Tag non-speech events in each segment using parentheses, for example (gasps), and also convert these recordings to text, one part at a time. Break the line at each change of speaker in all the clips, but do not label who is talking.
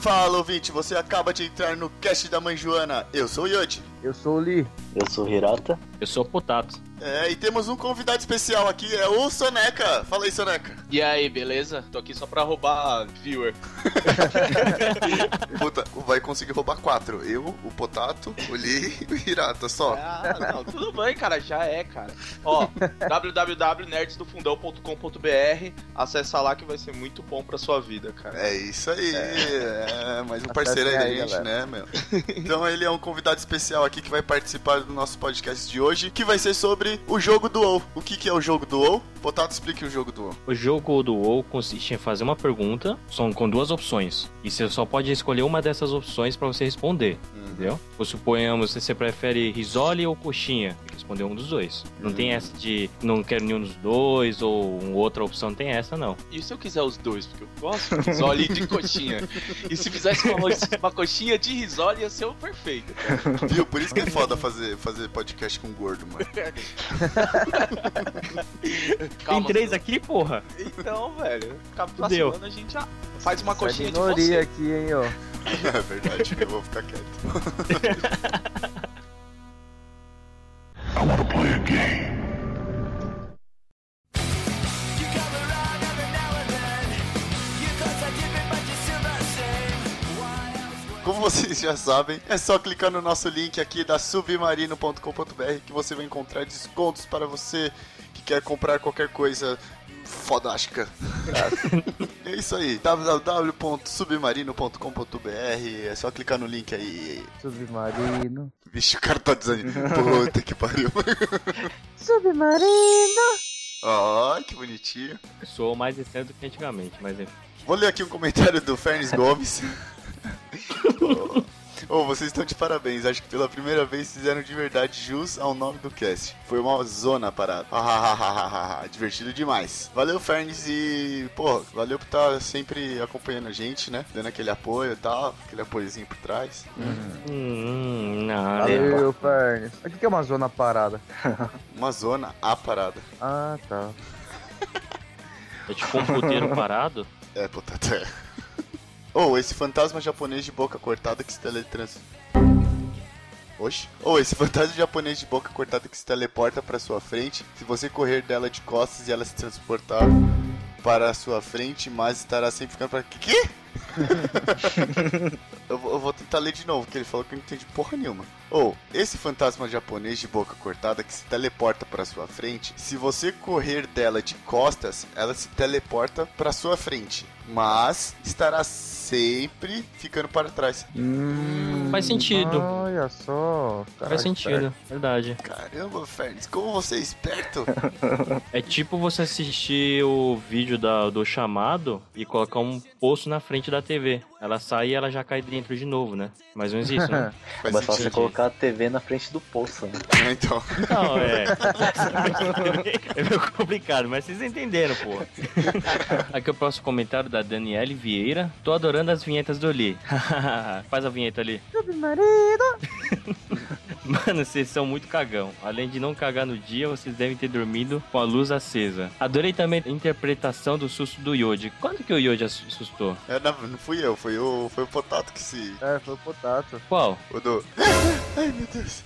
Fala, ouvinte, você acaba de entrar no cast da Mãe Joana. Eu sou o Yodi.
Eu sou o Lee.
Eu sou o Hirata.
Eu sou o Potato.
É, e temos um convidado especial aqui, é o Soneca. Fala aí, Soneca.
E aí, beleza? Tô aqui só pra roubar viewer.
Puta, vai conseguir roubar quatro. Eu, o Potato, o Lee e o Hirata só.
Ah, não, tudo bem, cara, já é, cara. (laughs) Ó, www.nerdsdofundão.com.br, acessa lá que vai ser muito bom pra sua vida, cara.
É isso aí. É, mais um parceiro aí da
aí,
gente, né,
galera.
meu? Então ele é um convidado especial aqui que vai participar do nosso podcast de hoje, que vai ser sobre o jogo do WoW. O que, que é o jogo do WoW? Potato, explique o jogo do WoW.
O jogo do WoW consiste em fazer uma pergunta são com duas opções. E você só pode escolher uma dessas opções pra você responder,
Uhum.
entendeu? Ou suponhamos, se você prefere risole ou coxinha, tem que responder um dos dois. Não
Hum.
Uhum.
tem essa de não quero nenhum dos dois ou uma outra opção, não tem essa não.
E se eu quiser os dois? Porque eu gosto de risole e de coxinha. E se fizesse uma, uma coxinha de risole, ia ser o perfeito.
Viu? Por isso que é foda fazer, fazer podcast com gordo, mano.
Calma,
tem três
senhor.
aqui, porra.
Então, velho,
Deu.
capitulando a gente já faz uma
Essa
coxinha de
minoria
você.
aqui, hein, ó.
(laughs) É verdade, eu vou ficar quieto. Como vocês já sabem, é só clicar no nosso link aqui da submarino.com.br que você vai encontrar descontos para você que quer comprar qualquer coisa fodástica. é isso aí, www.submarino.com.br. É só clicar no link aí.
Submarino.
Vixe, o cara tá desanimado. Puta que pariu.
Submarino!
Ó, que bonitinho.
Sou mais estranho do que antigamente, mas é enfim.
Vou ler aqui um comentário do Fernes Gomes. Ô, oh, vocês estão de parabéns. Acho que pela primeira vez fizeram de verdade jus ao nome do cast. Foi uma zona a parada. Hahaha, Divertido demais. Valeu, Fernes, e, pô, valeu por estar sempre acompanhando a gente, né? Dando aquele apoio e tal, aquele apoiozinho por trás.
Hum, não, né?
Valeu, Fernes. O que que é uma zona parada?
Uma zona a parada.
Ah, tá.
É tipo um puteiro parado.
É, potato, (laughs) é. Ou esse fantasma japonês de boca cortada que se teletrans... Oxi. Ou esse fantasma japonês de boca cortada que se teleporta pra sua frente. Se você correr dela de costas e ela se transportar para a sua frente, mas estará sempre ficando pra... Que? que? eu, vou, eu vou tentar ler de novo, que ele falou que eu não entendi porra nenhuma. Ou, esse fantasma japonês de boca cortada que se teleporta pra sua frente, se você correr dela de costas, ela se teleporta pra sua frente, mas estará sempre ficando para trás.
Hum,
Faz sentido.
Olha só. Caralho,
Faz sentido, verdade.
Caramba, Ferns, como você é
(laughs)
esperto!
É tipo você assistir o vídeo da- do chamado e colocar um poço na frente da TV. Ela sai e ela já cai dentro de novo, né? Mais ou menos isso, né?
Faz
Mas só você
sentido,
colocar a TV na frente do poço, né?
né, (laughs) então.
Não, é. (laughs) É meio complicado, mas vocês entenderam, pô. Aqui é o próximo comentário da Daniele Vieira. Tô adorando as vinhetas do Lee. (laughs) Faz a vinheta ali.
Submarino!
Mano, vocês são muito cagão. Além de não cagar no dia, vocês devem ter dormido com a luz acesa. Adorei também a interpretação do susto do Yodi. Quando que o Yodi assustou?
É, não, não fui eu, foi o, foi o Potato que se.
É, foi o potato.
Qual?
O do. (gasps) Ai meu Deus!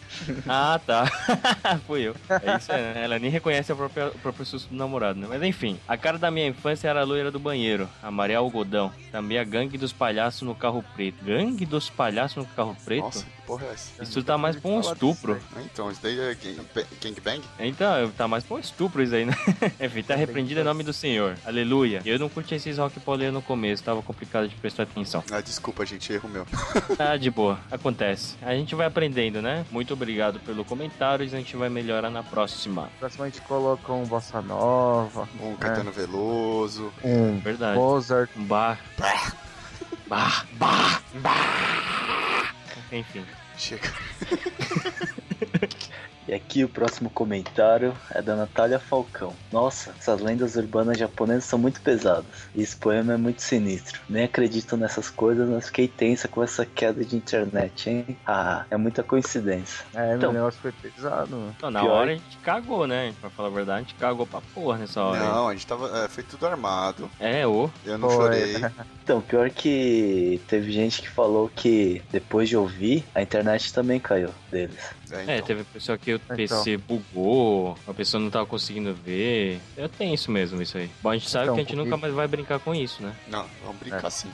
Ah, tá. (laughs) Fui eu. É isso aí, né? Ela nem reconhece o próprio, o próprio susto do namorado, né? Mas enfim, a cara da minha infância era a loira do banheiro, a Maria Algodão. Também a gangue dos palhaços no carro preto. Gangue dos palhaços no carro preto?
Nossa, que porra é essa?
Isso tá mais pra um
Fala disso
estupro.
aí.
Ah, Então, isso daí é gang- ba- gangbang?
Então, tá mais pra um estupro isso aí, né? (laughs) Enfim, tá repreendido em nome do Senhor. Aleluia. Eu não curti esses rock pauleiro no começo, tava complicado de prestar atenção.
Ah, desculpa, gente, erro meu.
Tá de boa, acontece. A gente vai aprendendo, né? Muito obrigado pelo comentário e a gente vai melhorar na próxima.
Próximo a gente coloca um bossa nova,
Um Catano Veloso.
um
Verdade.
Mozart.
Um bar.
Bah.
Bah, bah, bah. Enfim.
Chega.
E aqui o próximo comentário é da Natália Falcão. Nossa, essas lendas urbanas japonesas são muito pesadas. E esse poema é muito sinistro. Nem acredito nessas coisas, mas fiquei tensa com essa queda de internet, hein? Ah, é muita coincidência.
É,
Então.
meu negócio foi pesado, mano.
Então, na
Pior.
hora a gente cagou, né? Pra falar a verdade, a gente cagou pra porra nessa hora.
Não, a gente tava. é, foi tudo armado.
É, ô.
Eu não
Foi.
chorei. É,
Então, pior que teve gente que falou que depois de ouvir, a internet também caiu deles.
É,
É,
então.
teve pessoa que o PC bugou, a pessoa não tava conseguindo ver. É tenso mesmo isso aí. Bom, a gente sabe
Então,
que a gente
porque-
nunca mais vai brincar com isso, né?
Não, vamos brincar assim.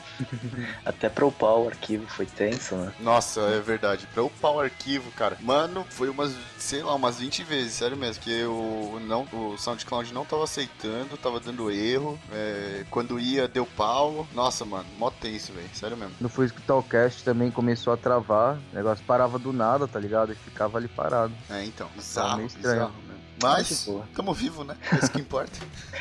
Até pra upar o arquivo foi tenso, né?
Nossa, é verdade. Pra upar o arquivo, cara, mano, foi umas, sei lá, umas 20 vezes, sério mesmo. Que eu não, o SoundCloud não tava aceitando, tava dando erro. é, quando ia, deu pau. Nossa, mano, mó tenso, velho. Sério mesmo.
Quando fui escutar o cast também começou a travar. O negócio parava do nada, tá ligado? E ficava ali parado.
É, então. Bizarro,
meio estranho.
bizarro mesmo.
de
Mas,
boa.
tamo vivo, né? É isso que importa.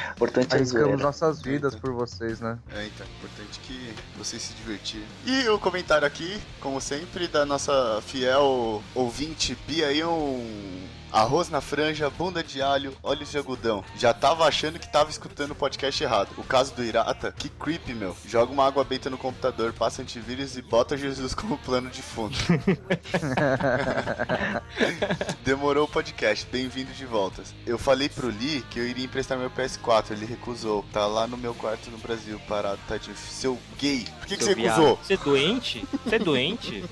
O importante é a
Arriscamos
zoeira.
nossas vidas por vocês, né?
É, então, importante que vocês se divertirem. E o comentário aqui, como sempre, da nossa fiel ouvinte, Bia aí um Arroz na franja, bunda de alho, olhos de agudão. Já tava achando que tava escutando o podcast errado. O caso do Irata, que creepy, meu. Joga uma água benta no computador, passa antivírus e bota Jesus (laughs) como plano de fundo. Demorou o podcast, bem-vindo de voltas. Eu falei pro Lee que eu iria emprestar meu PS4, ele recusou. Tá lá no meu quarto no Brasil, parado, tadinho. Seu gay. Por que, que você
Seu viado.
recusou?
Você é doente? Você
(laughs)
é doente?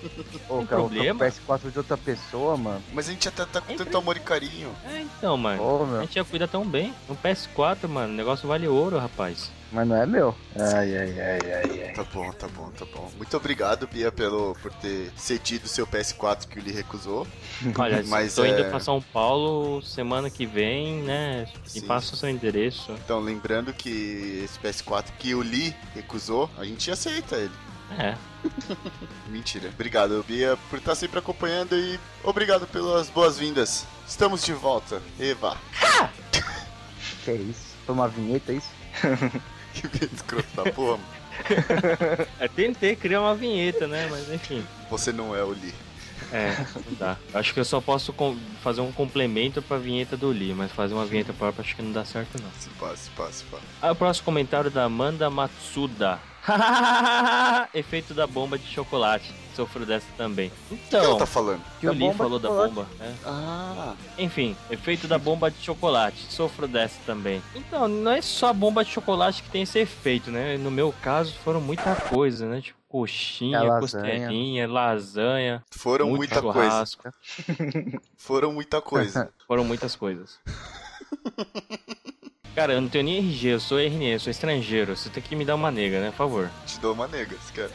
Ô,
Tem
cara, o
problema?
PS4 de outra pessoa, mano.
Mas a gente até tá com
Entre-
tanto amor e carinho.
É, então, mano.
Ô,
A
meu.
gente ia cuidar tão bem. Um PS4, mano, o negócio vale ouro, rapaz.
Mas não é meu.
Ai, ai, ai, ai, ai.
Tá bom, tá bom, tá bom. Muito obrigado, Bia, pelo, por ter cedido seu PS4 que o Lee recusou. (laughs)
Olha,
Mas
tô
é-
indo pra São Paulo semana que vem, né?
Sim.
Me passa o seu endereço.
Então, lembrando que esse PS4 que o Lee recusou, a gente aceita ele.
É.
Mentira. Obrigado, Bia, por estar sempre acompanhando e obrigado pelas boas-vindas. Estamos de volta. Eva. (laughs)
Que isso? Foi uma vinheta, é isso?
Que vida escroto da porra. mano.
Eu tentei criar É uma vinheta, né? Mas enfim.
Você não é o Lee.
É, não dá. Acho que eu só posso com- fazer um complemento pra vinheta do Lee, mas fazer uma vinheta própria acho que não dá certo, não.
Se pá, se pá, se pá.
Ah, o próximo comentário é da Amanda Matsuda. (laughs) Efeito da bomba de chocolate. Sofro dessa também.
O que ela
Então,
tá falando?
que o
Da
Lee
bomba de
falou da
chocolate.
bomba, né?
Ah,
Enfim, efeito da bomba de chocolate. Sofro dessa também. Então, não é só a bomba de chocolate que tem esse efeito, né? No meu caso, foram muita coisa, né? Tipo, coxinha,
É lasanha.
costelinha, lasanha,
foram
muito
muita coisa.
churrasco.
Foram muita
(laughs)
coisa.
Foram muitas
(laughs)
coisas. Cara, eu não tenho nem RG, eu sou RNE, eu sou estrangeiro. Você tem que me dar uma nega, né? Por favor.
Te dou uma nega, se quer.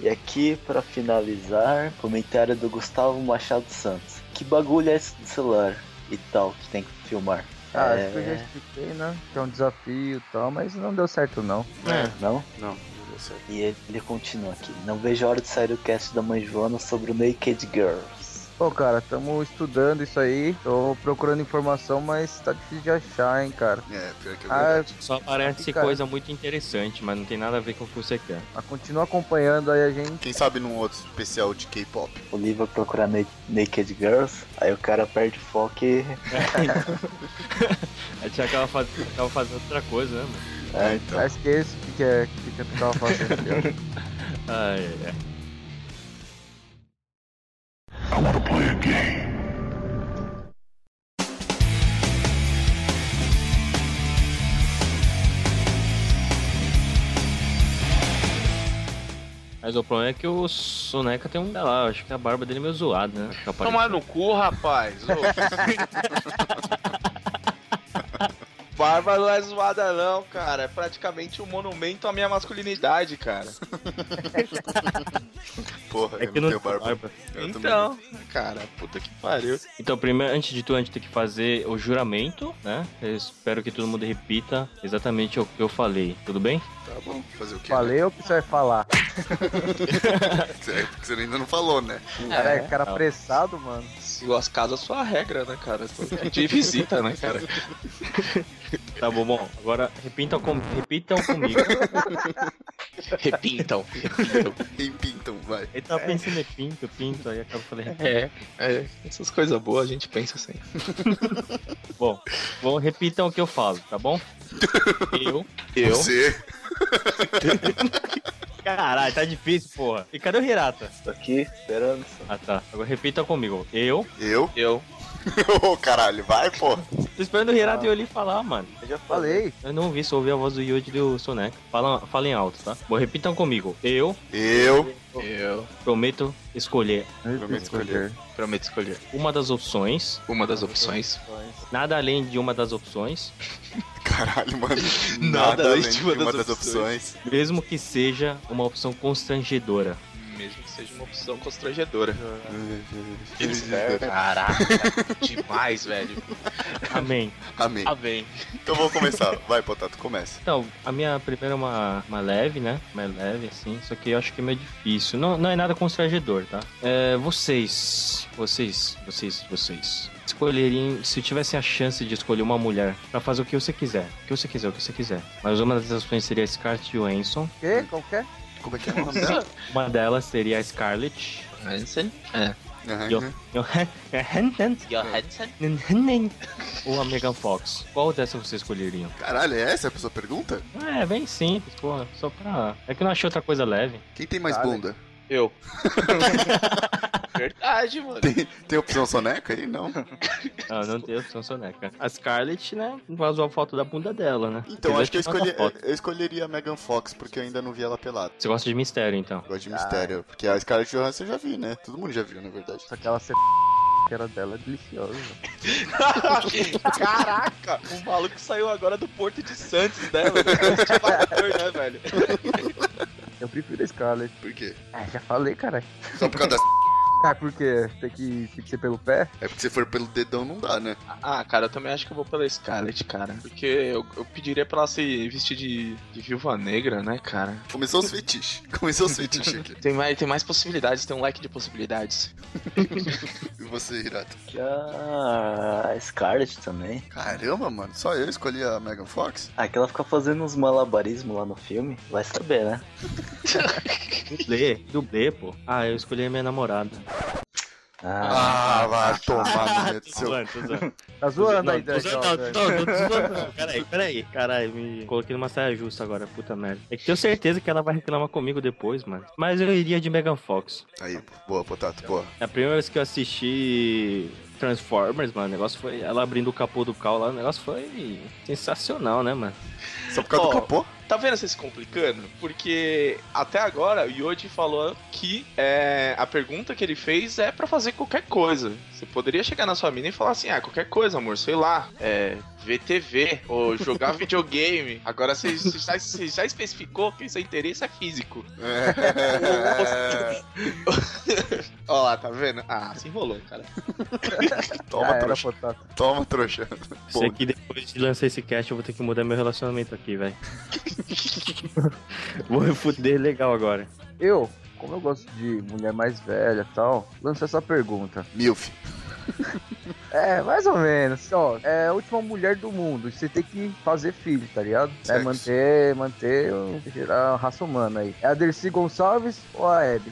E aqui, pra finalizar, comentário do Gustavo Machado Santos. Que bagulho é esse do celular e tal que tem que filmar?
Ah,
É,
acho que eu já expliquei, né? Que é um desafio e tal, mas não deu certo, não.
É.
Não?
Não, não deu certo.
E ele, ele continua aqui. Não vejo a hora de sair o cast da mãe Joana sobre o Naked Girls.
Pô, cara, tamo estudando isso aí. Tô procurando informação, mas tá difícil de achar, hein, cara.
É, pior que eu
Ah,
Só aparece
Cara.
coisa muito interessante, mas não tem nada a ver com o que você quer.
mas continua acompanhando aí a gente.
Quem sabe num outro especial de K-pop.
O Lee vai procurar na- Naked Girls, aí o cara perde o foco e.
A gente acaba, faz... acaba fazendo outra coisa, né, mano?
É,
então.
Ah, esqueço o que que é que que eu tava fazendo. aqui,
Ai, ai, ai. Mas o problema é que o Soneca tem um. Sei lá, acho que a barba dele é meio zoada, né? Fica
Tomar no cu, rapaz. (laughs) ô. Barba não é zoada não, cara. É praticamente um monumento à minha masculinidade, cara.
Porra,
É
eu
que
não
não
tenho barba. Eu também não.
Então, cara, puta que pariu.
Então, primeiro, antes de tudo, a gente tem que fazer o juramento, né? Eu espero que todo mundo repita exatamente o que eu falei, tudo bem?
Tá bom, fazer o quê? né?
Falei ou você vai falar?
(laughs) É, porque você ainda não falou, né?
Cara, é cara
Tá.
apressado, mano.
Se as casas sua regra, né, cara? De visita, né, cara?
Tá bom, bom. Agora repitam, com... repitam comigo.
Repintam, repintam.
Repintam, vai.
Ele tava pensando em pinto, pinto, aí acaba falando.
É, é, essas coisas boas a gente pensa assim.
Bom, bom, repitam o que eu falo, tá bom? Eu.
Eu?
Você.
Caralho, tá difícil, porra. E cadê o Hirata?
Tô aqui esperando. só.
Ah, tá. Agora repita comigo. Eu.
Eu? (laughs)
Eu?
Ô, caralho, vai, pô.
Tô esperando o Hirata e o Oli falar, mano.
Eu já falei.
Falei.
Eu não ouvi, só ouvi a voz do Yuji e do Soneca. Falam, falem alto, tá? Bom, repitam comigo. Eu
Eu.
Eu.
prometo escolher
Prometo escolher.
Prometo escolher
uma das opções,
uma das opções.
nada além de uma das opções,
Caralho, mano.
Nada
Nada além de uma das opções.
mesmo que seja uma opção constrangedora.
Mesmo que seja uma opção constrangedora. É.
Eles-
(laughs) Caraca, demais, velho.
Amém.
Amém.
Amém.
Então vou começar. Vai, Potato, começa.
Então, a minha primeira é uma, uma leve, né? Uma leve, assim. Só que eu acho que é meio difícil. Não, não é nada constrangedor, tá? É, vocês, vocês, vocês, vocês. Escolheriam, se tivessem a chance de escolher uma mulher pra fazer o que você quiser. O que você quiser, o que você quiser. Mas uma das opções seria Scarlett Johansson.
Quê? Qualquer?
Como é que é o nome dela?
Uma delas seria a Scarlett.
(laughs) Aham.
Jo- Johansson. (laughs) Ou a Megan Fox. Qual dessa vocês escolheriam?
Caralho, é essa a sua pergunta?
É, bem simples, pô. Só pra. É que eu não achei outra coisa leve.
Quem tem mais
Caralho.
bunda?
Eu. Verdade, mano.
Tem opção soneca aí? (laughs) Não.
Ah, não tem opção soneca. A Scarlett, né? Vazou a foto da bunda dela, né?
Então,
Apesar
acho que eu,
de vazar
escolhi,
foto.
eu escolheria a Megan Fox, porque eu ainda não vi ela pelada.
Você gosta de mistério, então.
Eu gosto de mistério. Porque a Scarlett Johansson eu já vi, né? Todo mundo já viu, na verdade.
Só que ela ser que era dela é deliciosa.
(laughs) Caraca, o maluco saiu agora do Porto de Santos, né, velho? Devastador, né, velho?
Eu prefiro a Scarlett.
Por quê?
Ah, já falei, cara.
Só por causa da... (laughs)
Ah, por quê? Tem que, tem que ser pelo pé?
É porque se for pelo dedão não dá, né?
Ah, cara, eu também acho que eu vou pela Scarlett, cara. Porque eu, eu pediria pra ela se vestir de, de viúva negra, né, cara?
Começou os fetiches. (laughs) Começou os fetiches aqui.
Tem mais, tem mais possibilidades, tem um leque de possibilidades.
E você, Hirata?
Já. A Scarlett também.
Caramba, mano. Só eu escolhi a Megan Fox?
Ah, que ela fica fazendo uns malabarismos lá no filme. Vai saber, né?
Dublê, dublê, pô. Ah, eu escolhi a minha namorada.
Ah,
Ah, vai tomar no meio do
Tô
seu...
zoando, tô (laughs) zoando.
Tá zoando aí, Ah,
Não, tô
Dante.
zoando, tá, não, tô- tô zoando, não. (laughs) Peraí, peraí. Caralho, me coloquei numa saia justa agora, puta merda. É que tenho certeza que ela vai reclamar comigo depois, mano. Mas eu iria de Megan Fox.
Aí, boa, Potato, boa.
É A primeira vez que eu assisti Transformers, mano, o negócio foi. Ela abrindo o capô do carro lá, o negócio foi sensacional, né, mano?
Só por causa
Ó,
do capô?
Tá vendo você se complicando? Porque até agora o Yoji falou que é, a pergunta que ele fez é pra fazer qualquer coisa. Você poderia chegar na sua mina e falar assim: ah, qualquer coisa, amor, sei lá, é, ver TV ou (laughs) jogar videogame. Agora você, você já, você já especificou que seu interesse é físico.
É,
Ó lá, tá vendo? Ah, se enrolou, cara.
Toma,
Toma,
era
trouxa.
potato.
Toma, trouxa. Bom.
Sei que depois de lançar esse cast eu vou ter que mudar meu relacionamento aqui, (laughs) velho. vou me fuder legal agora.
Eu, como eu gosto de mulher mais velha e tal, lanço essa pergunta.
Milf.
É, mais ou menos. Ó, é a última mulher do mundo. Você tem que fazer filho, tá ligado? É
Sexo.
manter, manter o- a raça humana aí. É a Dercy Gonçalves ou a Abby?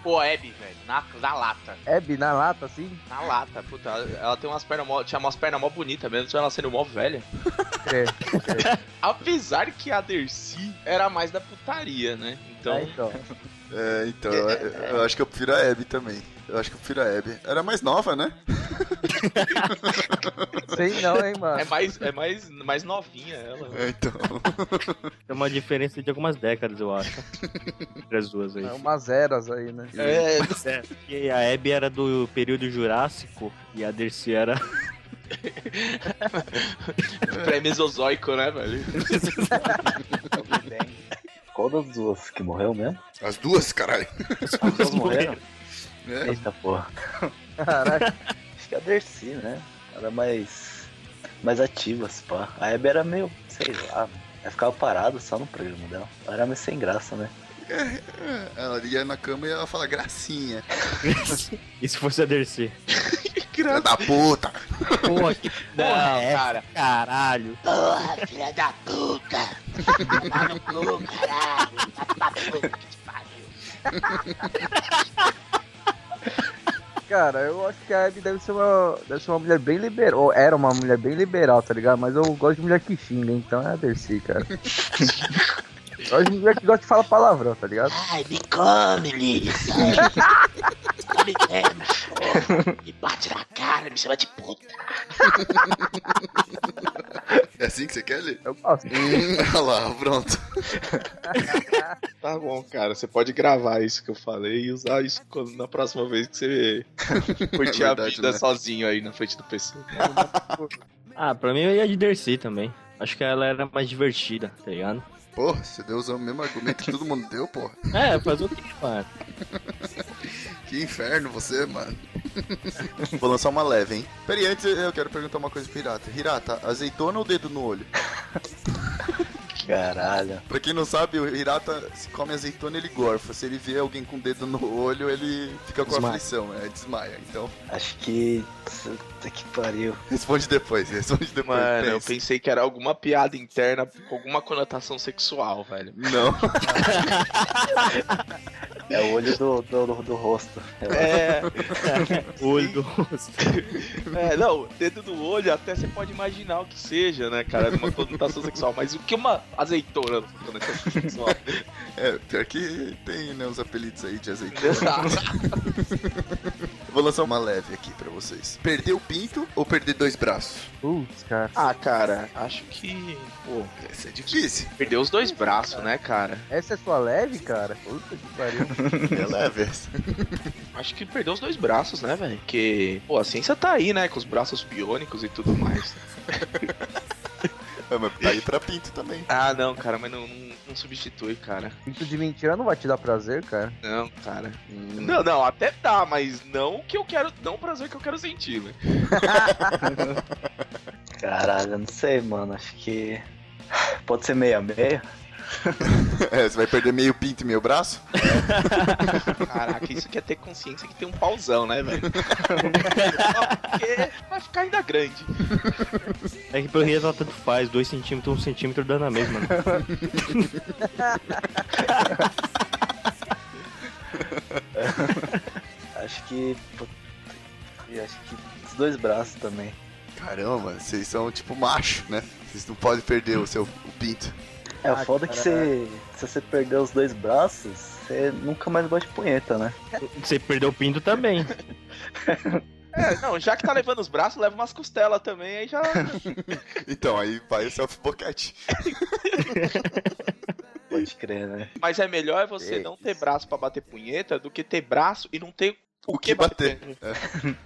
Pô, Abby, velho, na, na lata.
Abby na lata, assim?
Na lata, puta. Ela tem umas pernas mó. Tinha umas pernas mó bonitas, mesmo ela sendo mó velha.
É,
Apesar que a Dercy era mais da putaria, né? Então.
é, então.
É, então, eu, eu acho que eu prefiro a Abby também. Eu acho que eu prefiro a Abby. Era mais nova, né?
Sei não, hein, mano.
É mais, é mais, mais novinha ela. (laughs)
É, então.
É uma diferença de algumas décadas, eu acho. Entre as duas aí.
É umas eras aí, né?
É,
Mas é, porque a Abby era do período Jurássico e a Dercy era.
pré-mesozoico, né, velho?
qual das duas que morreu mesmo?
As duas, caralho.
As duas morreram?
É.
Eita porra.
Caraca,
Acho que a Dercy, né? Era mais. mais ativa, se pá. A Abby era meio. sei lá. Ela ficava parada só no programa dela. Ela era meio sem graça, né?
É, Ela ia na cama e ela fala, (laughs) gracinha.
(laughs) E se fosse a Dercy?
Filha da puta.
Porra, que
Não,
porra é essa,
cara.
Caralho.
Ah,
Porra, filha da puta!
Tá
Cara, eu acho que a Abby deve ser uma, deve ser uma mulher bem liberal. Ou era uma mulher bem liberal, tá ligado? Mas eu gosto de mulher que xinga, então é a Dercy,
(laughs)
cara. Eu gosto de mulher que gosta de falar palavrão, tá ligado?
Ai, me come, Liz. me quebra, pô. Me bate na cara, me chama de puta.
É assim que você quer, Lê?
Eu
(laughs)
gosto.
Olha lá, pronto.
Tá bom, cara. Você pode gravar isso que eu falei e usar isso quando- na próxima vez que você (laughs) curtir
É
a
verdade,
vida
né?
sozinho aí na frente do PC.
Ah, pra mim eu ia de Dercy também. Acho que ela era mais divertida, tá ligado?
Porra, você deu usando o mesmo argumento que todo mundo deu, porra.
É, fazer o que, mano?
Que inferno você, mano. (laughs) Vou lançar uma leve, hein? Peraí, antes eu quero perguntar uma coisa pro Hirata. Hirata, azeitona ou dedo no olho?
Caralho.
Pra quem não sabe, o Hirata, se come azeitona, ele gorfa. Se ele vê alguém com dedo no olho, ele fica com
Desmaia.
aflição, é, desmaia. Então, (laughs)
Acho que. Puta que pariu.
responde depois, responde depois.
Mano, eu
pensa.
pensei que era alguma piada interna com alguma conotação sexual, velho.
Não, (laughs)
É o olho do, do, do, do rosto. É,
É,
Olho do rosto.
é, não, dentro do olho até você pode imaginar o que seja, né, cara? Uma conotação sexual. Mas o que uma azeitona com conotação sexual?
é, pior que tem, né, uns apelidos aí de azeitona. (laughs) Eu vou lançar uma leve aqui pra vocês. Perder o pinto ou perder dois braços?
Putz, cara.
(laughs) ah, cara, acho que. Pô,
Essa é difícil.
perdeu os dois braços, né, cara?
Essa é sua leve, cara? Puta que
(laughs)
pariu.
(laughs) É leve essa.
Acho que perdeu os dois braços, né, velho? Porque, pô, a ciência tá aí, né? Com os braços biônicos e tudo mais.
É, mas tá aí pra pinto também. (laughs)
Ah, não, cara, mas não, não- não substitui, cara.
Pinto de mentira não vai te dar prazer, cara.
Não, cara. Não, não, até dá, mas não o que eu quero. Não o prazer que eu quero sentir, velho.
Caralho, eu não sei, mano. Acho que. Pode ser meia-meia?
É, você vai perder meio pinto e meio braço?
Caraca, isso quer ter consciência que tem um pauzão, né, velho? Só Porque vai ficar ainda grande.
É que pelo ela tanto faz, 2 centímetros, 1 um centímetro dá na mesma. né?
Acho que. puta, e Acho que os dois braços também.
Caramba, mano, vocês são tipo macho, né? Vocês não podem perder o seu o pinto.
É, o
Ah,
foda é que você, se você perder os dois braços, você nunca mais bate punheta, né?
Você perdeu o pinto também.
É, não, já que tá levando os braços, leva umas costelas também, aí já.
Então, aí vai o self-boquete.
Pode crer, né?
Mas é melhor você não ter braço pra bater punheta do que ter braço e não ter
O que bater.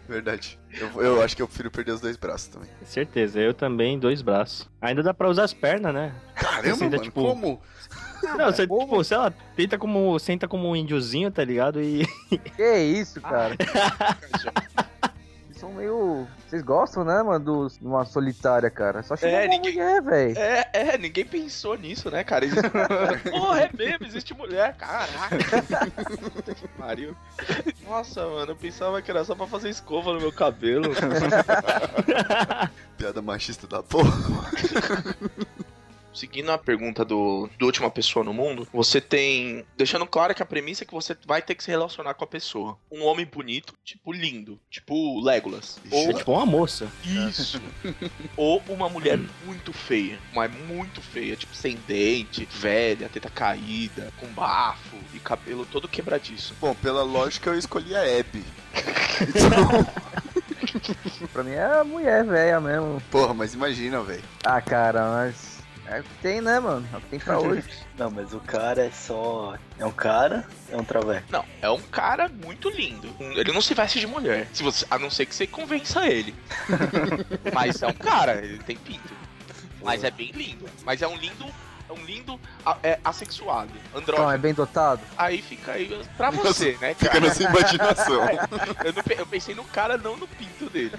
Verdade. Eu, eu acho que eu prefiro perder os dois braços também.
Certeza, eu também, dois braços. Ainda dá pra usar as pernas, né?
Caramba,
Você ainda,
mano,
tipo,
como?
Não,
é
você, tipo, sei lá, tenta como, senta como um índiozinho, tá ligado? E.
Que isso, cara?
Ah.
Vocês são meio. Vocês gostam, né, mano, dos- de uma solitária, cara? Só chega
É,
uma
ninguém-
mulher, velho.
É, é, ninguém pensou nisso, né,
(laughs)
cara? Existe... Porra, é mesmo, existe mulher, caraca. Puta que pariu. Nossa, mano, eu pensava que era só pra fazer escova no meu cabelo.
Piada machista da porra.
Seguindo a pergunta do, do Última Pessoa no Mundo, você tem. Deixando claro que a premissa é que você vai ter que se relacionar com a pessoa. Um homem bonito, tipo lindo, tipo Legolas.
É
Ou
tipo uma moça.
Isso. Ou uma mulher muito feia, mas muito feia, tipo sem dente, velha, teta caída, com bafo e cabelo todo quebradiço.
Bom, pela lógica eu escolhi a Abby. Então,
Pra mim é mulher velha mesmo.
porra, mas imagina, velho.
Ah, cara, mas. É o que tem, né, mano? É o que tem pra hoje.
Não, mas o cara é só. É um cara, é um traveco.
Não, é um cara muito lindo. Um- Ele não se veste de mulher, se você, a não ser que você convença ele. mas é um cara, ele tem pinto. Mas é bem lindo. Mas é um lindo, é um lindo a- é, assexuado,
Então, é
andrógeno.
bem dotado? (laughs)
Aí fica aí pra você, né,
Fica
cara?
na sua imaginação.
Eu, não pe- eu pensei no cara, não no pinto dele.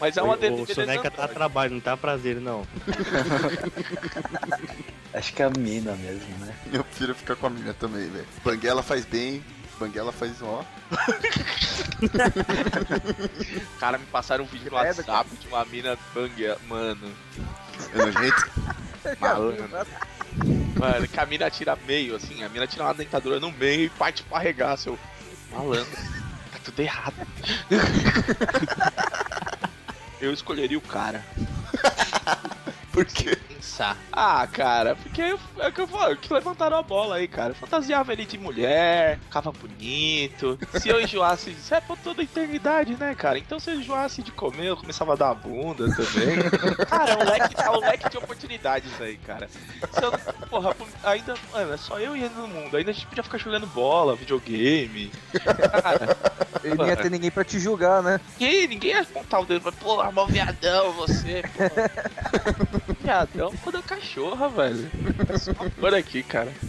Mas é uma de-
o o
beleza
Soneca tá a
andrógena.
trabalho, não tá prazer, não.
Acho que é a mina mesmo, né?
Eu prefiro ficar com a minha também, velho. Banguela faz bem, banguela faz ó.
Cara, me passaram um vídeo no
É,
WhatsApp de uma mina banga. Mano,
É nojento.
Ah,
Malandro. Mano, que a mina tira meio, assim, a mina tira uma dentadura no meio e parte pro arregaço. Eu, malandro, tá
(laughs)
tudo errado. Eu escolheria o cara.
(laughs) Por quê?
Pensar. Ah, cara, porque é o que eu falo, que levantaram a bola aí, cara. Fantasiava ele de mulher, ficava bonito. Se eu enjoasse, isso é por toda a eternidade, né, cara? Então se eu enjoasse de comer, eu começava a dar a bunda também. cara, é um leque, é um leque de oportunidades aí, cara. Se eu, porra, por- ainda. Mano, é só eu e ele no mundo. Ainda a gente podia ficar jogando bola, videogame.
Ele não ia ter ninguém pra te julgar, né?
Ninguém, ninguém ia apontar o dedo, mas, porra, mó viadão você, porra. viadão quando é cachorra, velho. É só por aqui, cara.
(laughs)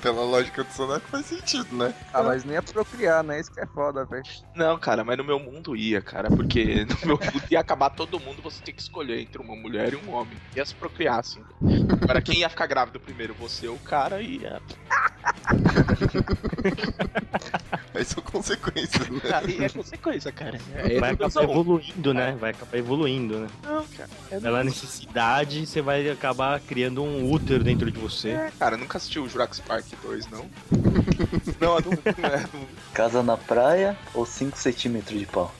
Pela lógica do Sonaco faz sentido, né?
Ah, mas nem ia procriar, né? Isso que é foda, velho.
Não, cara, mas no meu mundo ia, cara, porque no meu mundo ia acabar todo mundo, você tem que escolher entre uma mulher e um homem. Ia se procriar, assim. Agora, quem ia ficar grávido primeiro? Você ou o cara ia.
Mas são consequências, né?
Aí é consequência, cara. É,
Vai
educação.
acabar evoluindo, né? Vai acabar evoluindo, né?
É. Não, cara.
Pela necessidade, você vai acabar criando um útero dentro de você.
É, cara, nunca assistiu o Jurassic Park 2, não? não, não, não é.
Casa na praia ou 5 centímetros de pau?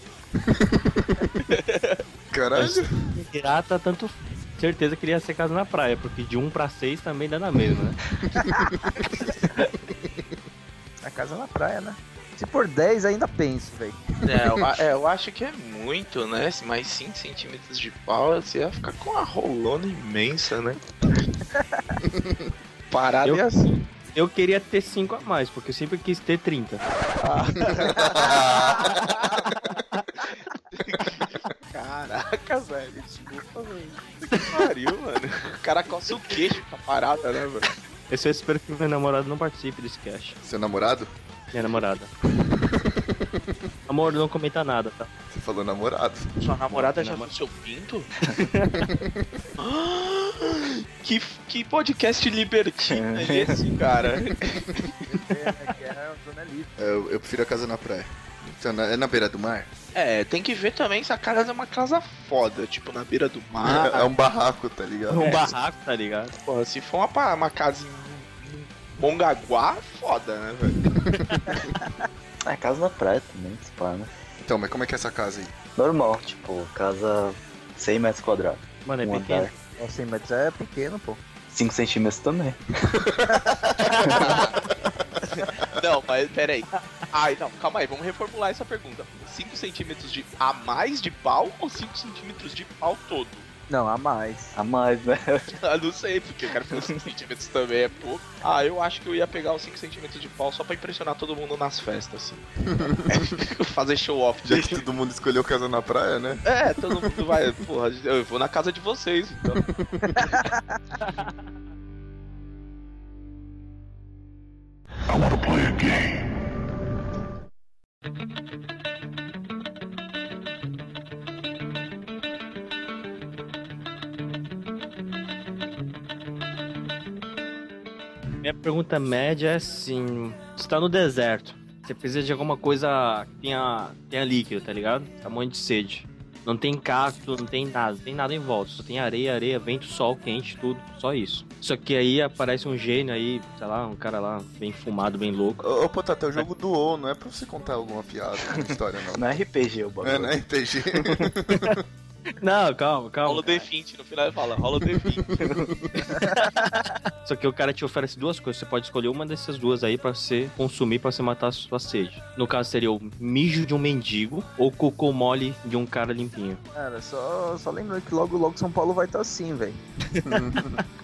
Caralho.
Pirata, tanto certeza que ele ia ser casa na praia, porque de 1 pra 6 também dá na mesma, né?
A casa na praia, né? Se for 10, ainda penso, velho.
É, (laughs) eu, a- é, eu acho que é muito, né? Mais 5 centímetros de pau, você ia ficar com uma rolona imensa, né? (laughs) Parada
Eu-
e assim.
Eu queria ter 5 a mais, porque eu sempre quis ter 30.
assim. Caraca, velho, desculpa, velho. Que pariu, mano. O cara coça o queixo com a parada, né, mano?
Eu só espero que meu namorado não participe desse cast.
Seu é namorado?
Minha (laughs) namorada. Amor, não comenta nada, tá?
Você falou namorado.
Sua namorada já
Namora-
viu seu pinto? (laughs) que, que podcast libertino é esse, cara?
É, zona livre.
Eu, eu prefiro a casa na praia. Então, na- é na beira do mar?
É, tem que ver também se a casa é uma casa foda, tipo, na beira do (laughs) mar.
É, é um barraco, tá ligado?
Um barraco, tá ligado?
Porra, se for uma, pa- uma casa em Mongaguá, foda, né, velho?
Ah, casa na praia também, se pá, né?
Então, mas como é que é essa casa aí?
Normal, tipo, casa 100 metros quadrados.
Mano, é
um
pequeno.
andar.
Nossa, 100 metros é pequeno, pô.
5 centímetros também.
Não, mas (laughs) peraí. Ai, não, calma aí, vamos reformular essa pergunta. 5 centímetros de a mais de pau ou 5 centímetros de pau todo? (laughs)
Não, a mais.
A mais, né?
Ah, não sei, porque eu quero falar 5 centímetros também, é pouco. Ah, eu acho que eu ia pegar os 5 centímetros de pau só pra impressionar todo mundo nas festas, assim. (laughs) Fazer show off.
Já que todo mundo escolheu casa na praia, né?
É, todo mundo vai, porra, eu vou na casa de vocês, então.
Minha pergunta média é assim: você tá no deserto, você precisa de alguma coisa que tenha, tenha líquido, tá ligado? Tá morrendo de sede. Não tem cacto, não tem nada, não tem nada em volta, só tem areia, areia, vento, sol quente, tudo, só isso. Só que aí aparece um gênio aí, sei lá, um cara lá bem fumado, bem louco.
Ô, ô Potato, é o jogo do O, não é pra você contar alguma piada, alguma história, não.
Não é RPG o bagulho.
(laughs) É, né? Entendi.
Não, calma,
Rola
calma.
o D20, no final ele fala, rola o D20.
Só que o cara te oferece duas coisas. Você pode escolher uma dessas duas aí pra você consumir, pra você matar a sua sede. No caso, seria o mijo de um mendigo ou cocô mole de um cara limpinho.
Cara, só, só lembrando que logo logo São Paulo vai estar assim, velho.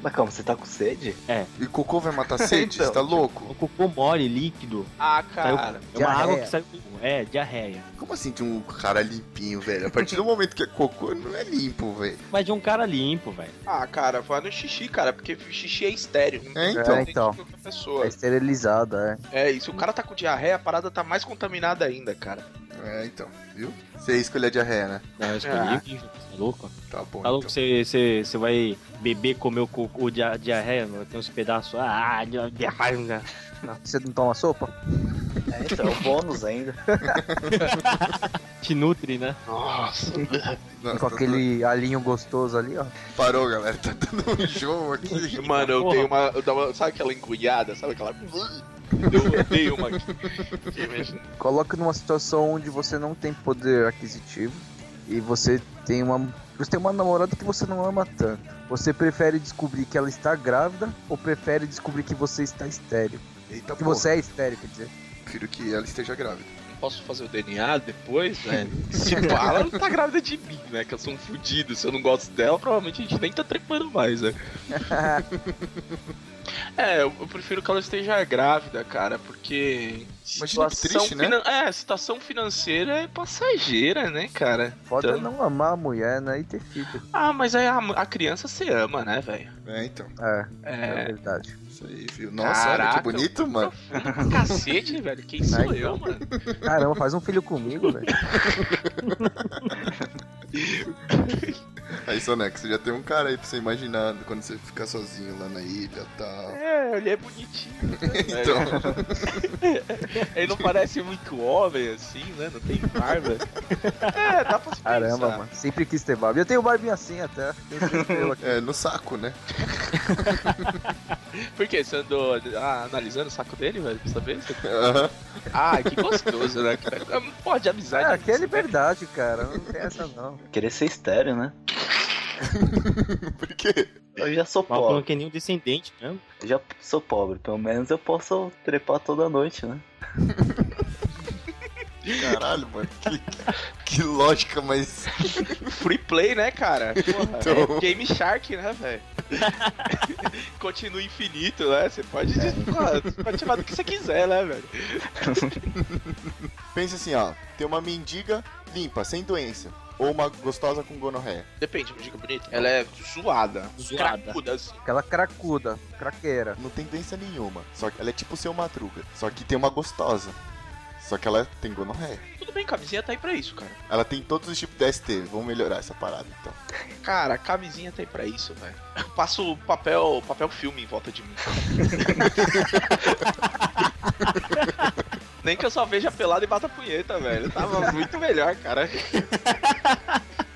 Mas calma, você tá com sede?
E cocô vai matar sede?
Então.
Você tá louco?
O cocô mole, líquido,
Ah,
saiu,
cara.
é uma água
Diarreia.
que saiu... É, diarreia.
Como assim de um cara limpinho, velho? A partir do momento que é cocô, não é limpo, velho.
Mas de um cara limpo, velho.
Ah, cara, vai no xixi, cara, porque xixi é estéreo.
É,
tem
então.
É, então.
com outra
É
pessoa.
esterilizada, é.
É, e se o cara tá com diarreia, a parada tá mais contaminada ainda, cara.
É, então, viu? Você escolheu a diarreia, né?
Não, eu escolhi
Ah.
o mijo, tá louco?
Tá bom,
Tá louco,
então.
você, você, você vai beber, comer o cocô de diarreia, mano, tem uns pedaços... Ah, dia- diarreia...
Você não toma sopa?
um É, então, é o bônus ainda.
Te nutre, né?
Nossa.
Nossa,
Com
tá
aquele alinho gostoso ali, ó.
dando- Parou, galera. Tá dando um enjoo aqui.
(laughs) Mano, eu
Porra.
tenho uma, eu dava- Sabe aquela encunhada? Sabe aquela. Eu dei (laughs) uma. Fiquei imaginando.
Coloca numa situação onde você não tem poder aquisitivo e você tem uma. Você tem uma namorada que você não ama tanto. Você prefere descobrir que ela está grávida ou prefere descobrir que você está estéreo?
Eita,
Que
porra.
você é estéreo, quer dizer.
Prefiro que ela esteja grávida.
Posso fazer o DNA depois, né? velho? Se pá, ela não tá grávida de mim, né? Que eu sou um fudido. Se eu não gosto dela, provavelmente a gente nem tá trepando
(laughs)
mais, né? É, eu, eu prefiro que ela esteja grávida, cara, porque.
Imagina que triste, né?
finan- É, situação financeira é passageira, né, cara?
Foda
Então-
não amar a mulher, né? E ter filho.
Ah, mas aí a, a criança se ama, né, velho?
É, então.
É, é,
É.
verdade.
Isso aí, viu? Nossa, olha
Caraca,
que bonito, mano.
Profundo, Cacete, velho. Quem sou
Ai,
eu, mano?
Caramba, faz um filho comigo, velho.
Aí, Sonex, você já tem um cara aí pra você imaginar quando você ficar sozinho lá na ilha e tal.
É, ele é bonitinho. né, velho?
Então,
(laughs) Ele não parece muito homem, assim, né? Não tem barba. É, dá pra se
Caramba,
pensar.
mano. Sempre quis ter barba. Eu tenho barbinha assim até. Tenho três pelos aqui.
é, no saco, né?
Por quê? Você andou ah, analisando o saco dele, velho? Pra saber?
Aham.
Ah, que gostoso, né? Pode amizade.
Ah, aqui é liberdade, cara. Não tem essa não.
Querer ser estéreo, né?
Por quê?
Eu já sou
Mal não
pobre.
tem nenhum descendente mesmo.
Eu já sou pobre. Pelo menos eu posso trepar toda noite, né?
Caralho, mano. Que, que lógica, mas.
Free play, né, cara? Porra,
Então.
é Game Shark, né, (laughs) velho? Continua infinito, né? Você pode,
É.
ah, você pode chamar do que você quiser, né, velho?
Pensa assim, ó. Tem uma mendiga limpa, sem doença. Ou uma gostosa com gonorreia.
Depende, uma dica bonita. Ela é zoada.
Zoada.
Cracuda, assim.
Aquela cracuda, craqueira.
Não tem doença nenhuma. Só que ela é tipo o seu madruga. Só que tem uma gostosa. Só que ela tem gonorreia.
Tudo bem, camisinha tá aí pra isso, cara.
Ela tem todos os tipos de ST. Vamos melhorar essa parada, então.
Cara, camisinha tá aí pra isso, velho. Eu passo papel, papel filme em volta de (laughs) mim. Nem que eu só veja pelado e bata punheta, velho. Tava (laughs) muito melhor, cara.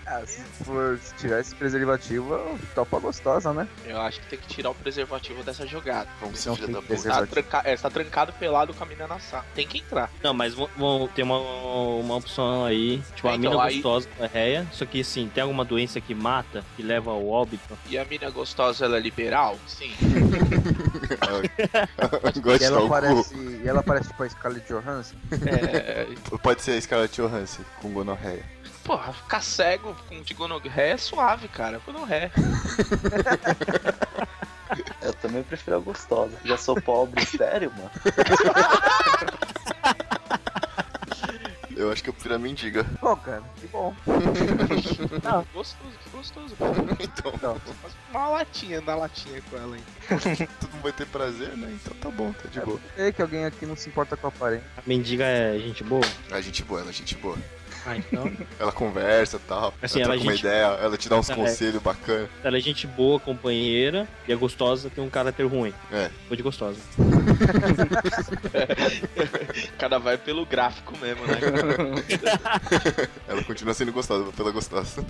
Ah, se for se tirar esse preservativo, topa gostosa, né?
Eu acho que tem que tirar o preservativo dessa jogada.
Vamos ser
Não
filho
tem
da puta.
preservativo.
Tá, tranca... é, tá trancado pelado caminhando na sala. Tem que entrar.
Não, mas vão, vão ter uma, uma opção aí, tipo,
É,
a
então,
mina
aí-
gostosa da réia, só que assim, tem alguma doença que mata, que leva ao óbito.
E a mina gostosa, ela é liberal? Sim.
(laughs)
E
Gosta
ela
o
parece. E ela parece tipo a Scarlett Johansson.
É...
cu. Pode ser a Scarlett Johansson com gonorreia.
Porra, ficar cego com digonorré é suave, cara. Gonorré.
Eu também prefiro a gostosa. Já sou pobre, estéreo, mano.
Eu acho que eu prefiro a mendiga.
Pô, cara, que bom.
Gostoso, gostoso.
(laughs) Então,
Então,
Faz uma latinha, na latinha com (laughs) ela, hein.
todo mundo vai ter prazer, né? Então tá bom, tá de boa.
sei que alguém aqui não se importa com a aparência.
A mendiga é gente boa.
A gente boa, ela é gente boa.
Ah, então.
Ela conversa e tal,
Assim,
ela
ela é
troca uma
gente-
ideia, ela te dá uns
É.
conselhos bacanas.
(laughs) Ela é gente boa, companheira, e é gostosa, tem um caráter ruim.
É.
Foi de gostosa.
O cara vai pelo gráfico mesmo, né?
(laughs)
Ela continua sendo gostosa, pela gostosa.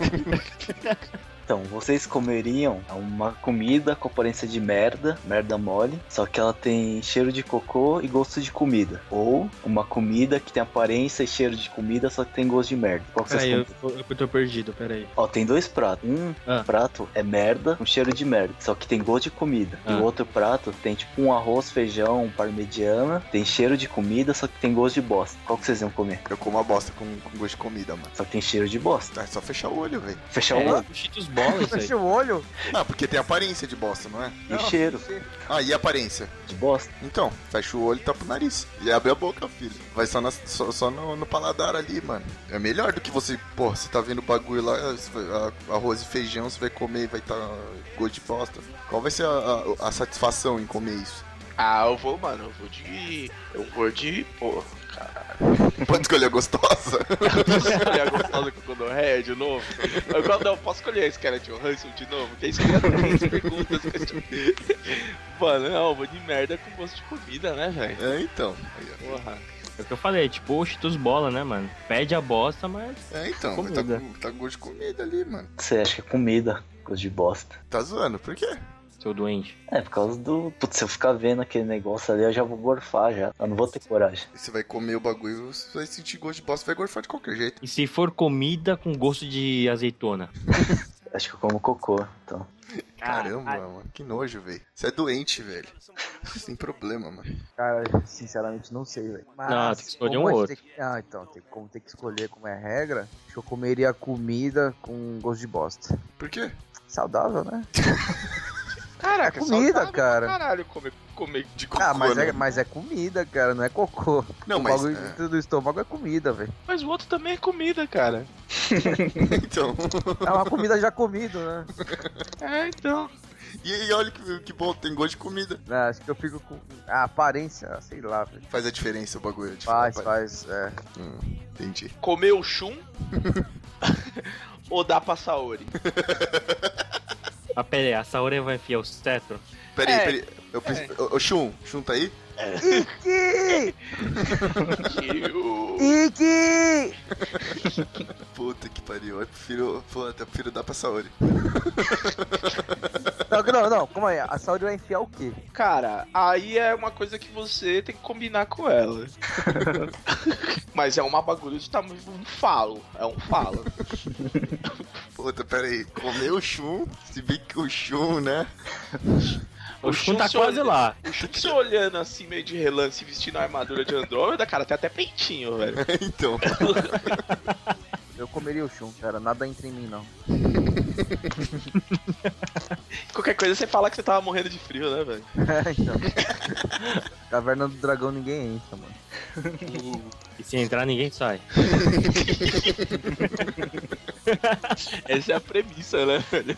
Então, vocês comeriam uma comida com aparência de merda, merda mole, só que ela tem cheiro de cocô e gosto de comida. Ou uma comida que tem aparência e cheiro de comida, só que tem gosto de merda. Qual que vocês
Peraí, eu,
comem?
eu, eu tô perdido, peraí.
Ó, tem dois pratos. Um
Ah.
prato é merda, um cheiro de merda, só que tem gosto de comida. E
Ah.
o outro prato tem tipo um arroz, feijão, um parmegiana, tem cheiro de comida, só que tem gosto de bosta. Qual que vocês iam comer?
Eu como a bosta com, com gosto de comida, mano.
Só que tem cheiro de bosta.
Ah, É só fechar o olho, velho.
Fechar o
É,
olho
o Cheetos Bola isso aí.
Fecha o olho.
Ah, porque tem aparência de bosta, não é?
e o cheiro
Ah, e aparência?
de bosta.
Então, fecha o olho e tapa o nariz. E abre a boca, filho. Vai só, na- só, só no, no paladar ali, mano. É melhor do que você, porra, você tá vendo bagulho lá, você vai- a- arroz e feijão, você vai comer e vai tá gosto de bosta. Qual vai ser a- a- a satisfação em comer isso? (laughs)
Ah, eu vou, mano, eu vou de. Eu vou de. Pô, (laughs)
Pode escolher a gostosa?
eu posso escolher a gostosa com o Gonorreia de novo? Eu, falo, não, eu posso escolher a Scarlett Johansson de novo? Quem escolher três perguntas que
(laughs)
eu te- Mano, não, eu vou de merda com gosto de comida, né, velho?
É, então. Aí, ó.
Porra.
É o que eu falei, tipo o Cheetos Bola, né, mano? Pede a bosta, mas
É, então, mas tá, com, tá com gosto de comida ali, mano.
Você acha que é comida, coisa de bosta.
Tá zoando, por quê?
seu doente.
É, por causa do. Putz, se eu ficar vendo aquele negócio ali, eu já vou gorfar já. Eu não vou ter coragem.
Você vai comer o bagulho, você vai sentir gosto de bosta, vai gorfar de qualquer jeito.
E se for comida com gosto de azeitona?
Acho que eu como cocô, então.
Caramba, mano, que nojo, velho. Você é doente, velho. Sem problema, mano.
Cara, sinceramente não sei, velho. Mas
Não, tem que escolher
como
um
a gente
outro.
tem que- Ah, então, tem, como tem que escolher como é a regra, acho que eu comeria comida com gosto de bosta.
Por quê?
Saudável,
(laughs)
né?
Caraca,
É comida,
saudável pra
cara.
Caralho, comer, comer de
Cocô,
ah, mas
né?
é, mas é comida, cara, não é cocô.
Não,
o
mas.
bagulho
é,
dentro do estômago é comida, velho.
Mas o outro também é comida, cara.
(laughs) então.
É uma comida já comida, né?
É, então.
E, e olha que, que bom, tem gosto de comida.
Ah, acho que eu fico com a aparência, ah, sei lá, velho.
Faz a diferença o bagulho. tipo,
Faz,
rapaz.
faz, é.
Entendi.
Comer o chum (laughs) ou dar
(laughs)
pra Saori?
Ah, pera aí, a Saori vai enfiar o cetro?
Peraí,
É.
peraí. Eu preciso... Ô, ô, Shun, Shun tá aí?
Iki!
Que o-
Iki!
Puta que pariu. Eu prefiro. Pô, até prefiro dar pra Saori.
Não, não, não, calma aí. A Saori vai enfiar o quê?
Cara, aí é uma coisa que você tem que combinar com
(laughs)
ela. Mas é uma bagulho de tamanho um falo. É um falo.
Puta, peraí. Comer o Shun, se bem que o Shun, né?
(laughs) O Shun tá
se
quase
olha-
lá.
O Shun se olhando assim, meio de relance, vestindo a armadura de Andrômeda, cara, tem até peitinho,
(laughs)
velho.
Então.
Eu comeria o chum, cara. Nada entra em mim, não. (laughs)
Qualquer coisa você fala que você tava morrendo de frio, né, velho?
É, então. Caverna do dragão ninguém entra, mano.
E se entrar, ninguém sai.
Essa é a premissa, né, velho?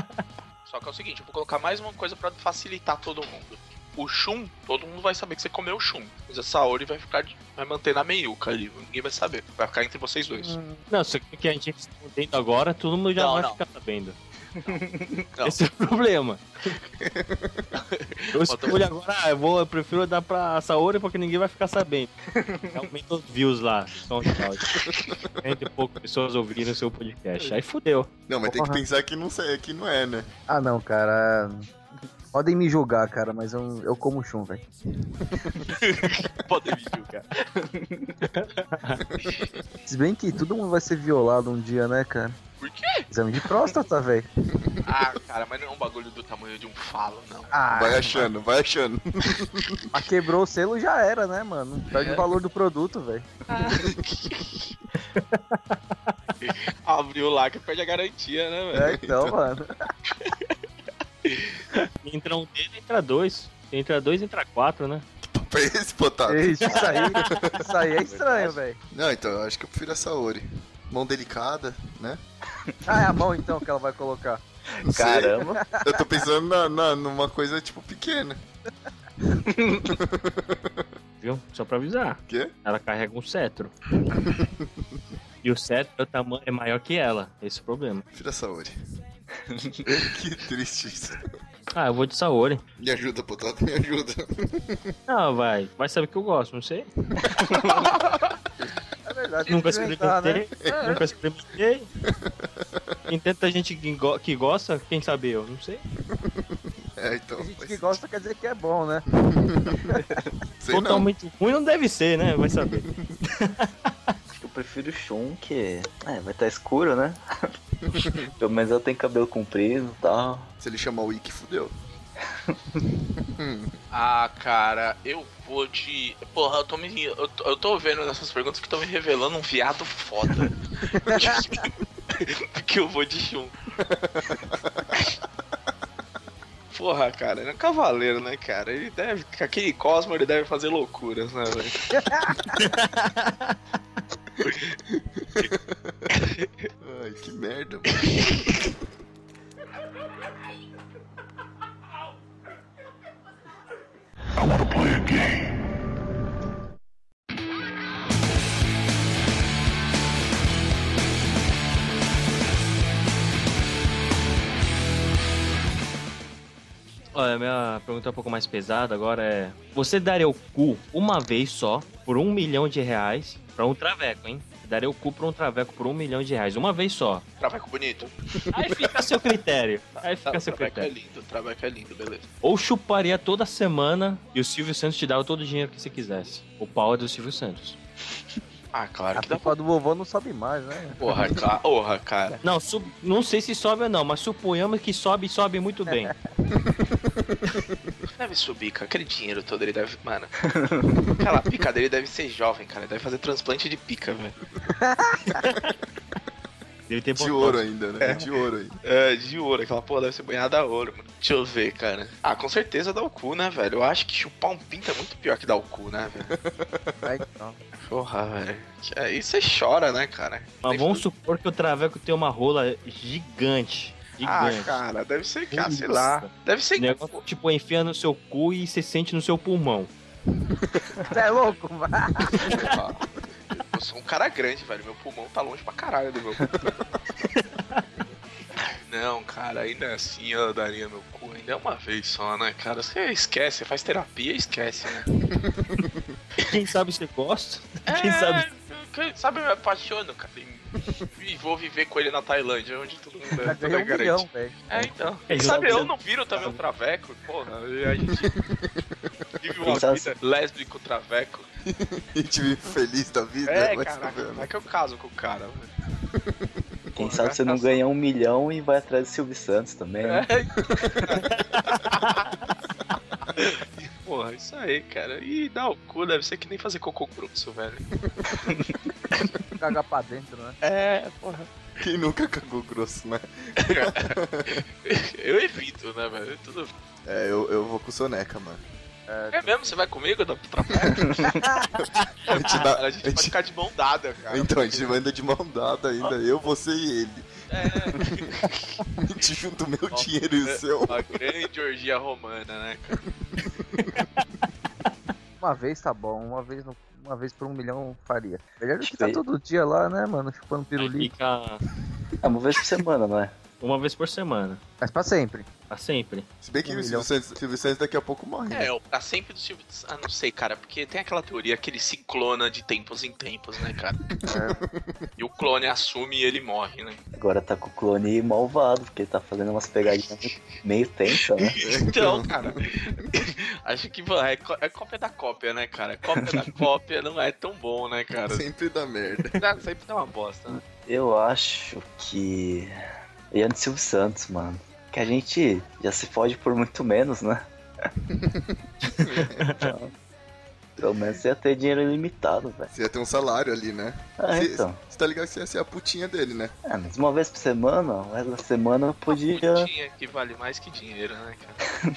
(laughs) Só que é o seguinte, eu vou colocar mais uma coisa pra facilitar todo mundo. O Shun, todo mundo vai saber que você comeu o Shun. Mas a Saori vai ficar. de- vai manter na meiuca ali. Ninguém vai saber. Vai ficar entre vocês dois. (laughs)
Não, isso aqui que a gente está contendo agora, todo mundo já
Não,
vai
não.
ficar sabendo.
Não.
Esse é o problema. Eu
Bota-
escolho agora, ah, eu, vou, eu prefiro dar pra Saori porque ninguém vai ficar sabendo. Aumenta os views lá. São Cento e pouco pessoas ouviram o seu podcast. Aí fudeu.
Não, mas tem que
Porra.
pensar que não, sei- que não é, né?
Ah, não, cara. Podem me julgar, cara, mas eu, eu como chum, velho.
Podem me julgar.
Se bem que todo mundo vai ser violado um dia, né, cara?
Por quê?
Exame de próstata, velho.
Ah, cara, mas não é um bagulho do tamanho de um falo, não.
Ah,
Vai achando, vai achando. (laughs)
mas quebrou o selo já era, né, mano? Perde
É.
o valor do produto, velho.
Abriu lá que perde a garantia, né, velho?
É, então, mano.
Entra um dedo, entra dois. Entra dois, entra quatro, né?
Pra esse botado.
Isso aí, isso aí é estranho, velho.
Não, então, eu acho que eu prefiro a Saori. Mão delicada, né?
Ah, é a mão então que ela vai colocar.
Não sei.
Caramba.
Eu tô pensando na, na- numa coisa, tipo, pequena.
Viu? Só pra avisar.
Quê?
Ela carrega um cetro. e o cetro é, o tamanho, é maior que ela. Esse é o problema.
Prefiro a (laughs) Saori. que triste isso.
Ah, eu vou de Saori.
Me ajuda, botado, me ajuda.
Ah, vai. Vai saber que eu gosto, não sei.
É verdade,
Nunca
tem que inventar, né?
experimentei. Nunca experimentei. Tem tanta gente que, go- que gosta, quem sabe eu, não sei.
É, então.
Tem gente
mas
que gosta quer dizer que é bom, né?
sei não.
Totalmente ruim não deve ser, né? Vai saber. (laughs)
Acho que eu prefiro o Shun, que. É, vai estar escuro, né? (laughs) Pelo menos ela tem cabelo comprido e tal.
Se ele chamar o Ikki, fudeu.
Ah, cara, eu vou de. Porra, eu tô me. Eu tô, eu tô vendo nessas perguntas que estão me revelando um viado foda. (laughs) Porque eu vou de chum. Porra, cara, ele é um cavaleiro, né, cara? Ele deve. com Aquele Cosmo ele deve fazer loucuras, né, velho?
Ai, que merda, mano.
Olha, minha, minha pergunta é um pouco mais pesada agora é: Você daria o cu uma vez só por um milhão de reais pra um traveco, hein? Daria o cu pra um traveco por um milhão de reais, uma vez só.
Traveco bonito.
Aí fica a seu critério. Aí fica a seu
traveco é
critério.
lindo, traveco é lindo, beleza.
Ou chuparia toda semana e o Silvio Santos te dava todo o dinheiro que você quisesse. O pau é do Silvio Santos.
Ah, claro
A
que dá
pipa do vovô não sobe mais, né?
(laughs)
Porra, cara. Porra, cara.
Não, su- não sei se sobe ou não, mas suponhamos que sobe e sobe muito
(laughs)
bem.
Deve subir, cara. Aquele dinheiro todo ele deve.
(laughs)
Mano. Aquela pica dele deve ser jovem, cara. Ele deve fazer transplante de pica, velho.
Deve ter
De
botão.
ouro ainda, né? De ouro ainda.
É, de ouro. Aquela porra deve ser banhada a ouro, mano. Deixa eu ver, cara. Ah, com certeza dá o cu, né, velho? Eu acho que chupar um pinto é muito pior que dar o cu, né,
(laughs)
velho?
Aí, então.
Porra, velho. Que Aí você chora, né, cara?
Mas
Tem
vamos
que-
supor que o Traveco tem uma rola gigante. Gigante.
Ah, cara, deve ser, cara, sei
Nossa.
lá. Deve ser.
O né? negócio, tipo, enfia no seu cu e você sente no seu pulmão. (laughs)
Você é louco, (laughs) mano.
Eu sou um cara grande, velho. Meu pulmão tá longe pra caralho do
(laughs)
meu pulmão. Não, cara, ainda assim eu daria meu cu ainda é uma vez só, né, cara? Você esquece, você faz terapia e esquece, né?
Quem sabe você gosta? (laughs) Quem sabe?
Quem sabe É, eu me apaixono, cara. e- E vou viver com ele na Tailândia, onde tudo mundo é,
Já
tudo é
ganhou um milhão,
garante.
velho.
É, então.
É,
Quem sabe
exato.
eu não viro também um traveco, porra. E a gente (laughs) vive uma
Pensar
vida lésbico traveco.
E tive feliz da vida.
É,
mas
caraca,
tá vendo.
como é que eu caso com o cara, velho?
Quem sabe você não ganha um milhão e vai atrás do Silvio Santos também. né?
É, então. (laughs) Porra, isso aí, cara. E dar o cu deve ser que nem fazer cocô grosso, velho.
Cagar pra dentro, né?
É, porra.
Quem nunca cagou grosso, né?
Eu evito, né, velho? Tudo...
É, eu, eu vou com soneca, mano.
É mesmo? Você vai comigo? Dá pro trabalho?
A gente dá-
(laughs) Cara, Ah, a gente
a
vai
gente-
ficar de mão dada, cara.
Então, a gente anda de mão dada ainda, eu, você e ele. É. A gente junta o meu
Nossa,
dinheiro e o
é.
seu.
Uma grande orgia romana, né? cara?
Uma vez tá bom, uma vez não. Uma vez por um milhão faria. Melhor do que tá
Sei.
todo dia lá, né, mano? Chupando
Aí
pirulito.
Fica
É uma vez por semana, não é?
uma vez por semana.
Mas pra sempre.
Pra sempre.
Se bem que
Um
o Silvio
milhão.
Santos, Silvio Santos daqui a pouco morre. né?
É, o pra sempre do Silvio Santos. Ah, não sei, cara, porque tem aquela teoria que ele se clona de tempos em tempos, né, cara?
É.
E o clone assume e ele morre, né?
Agora tá com o clone malvado, porque ele tá fazendo umas pegadinhas meio tensa, né?
É.
Então, cara, acho que mano, é, có- é cópia da cópia, né, cara? Cópia da cópia não é tão bom, né, cara?
Sempre dá merda.
Dá- Sempre dá uma bosta, né?
Eu acho que. Eu ia no Silvio Santos, mano. Que a gente já se fode por muito menos, né? Então, Pelo menos ia ter dinheiro ilimitado, velho.
Você ia ter um salário ali, né?
Ah,
Sim.
então.
Você tá ligado que você ia ser a putinha dele, né?
É, mas uma vez por semana, mas na semana eu
Ah,
podia.
Putinha que vale mais que dinheiro, né, cara?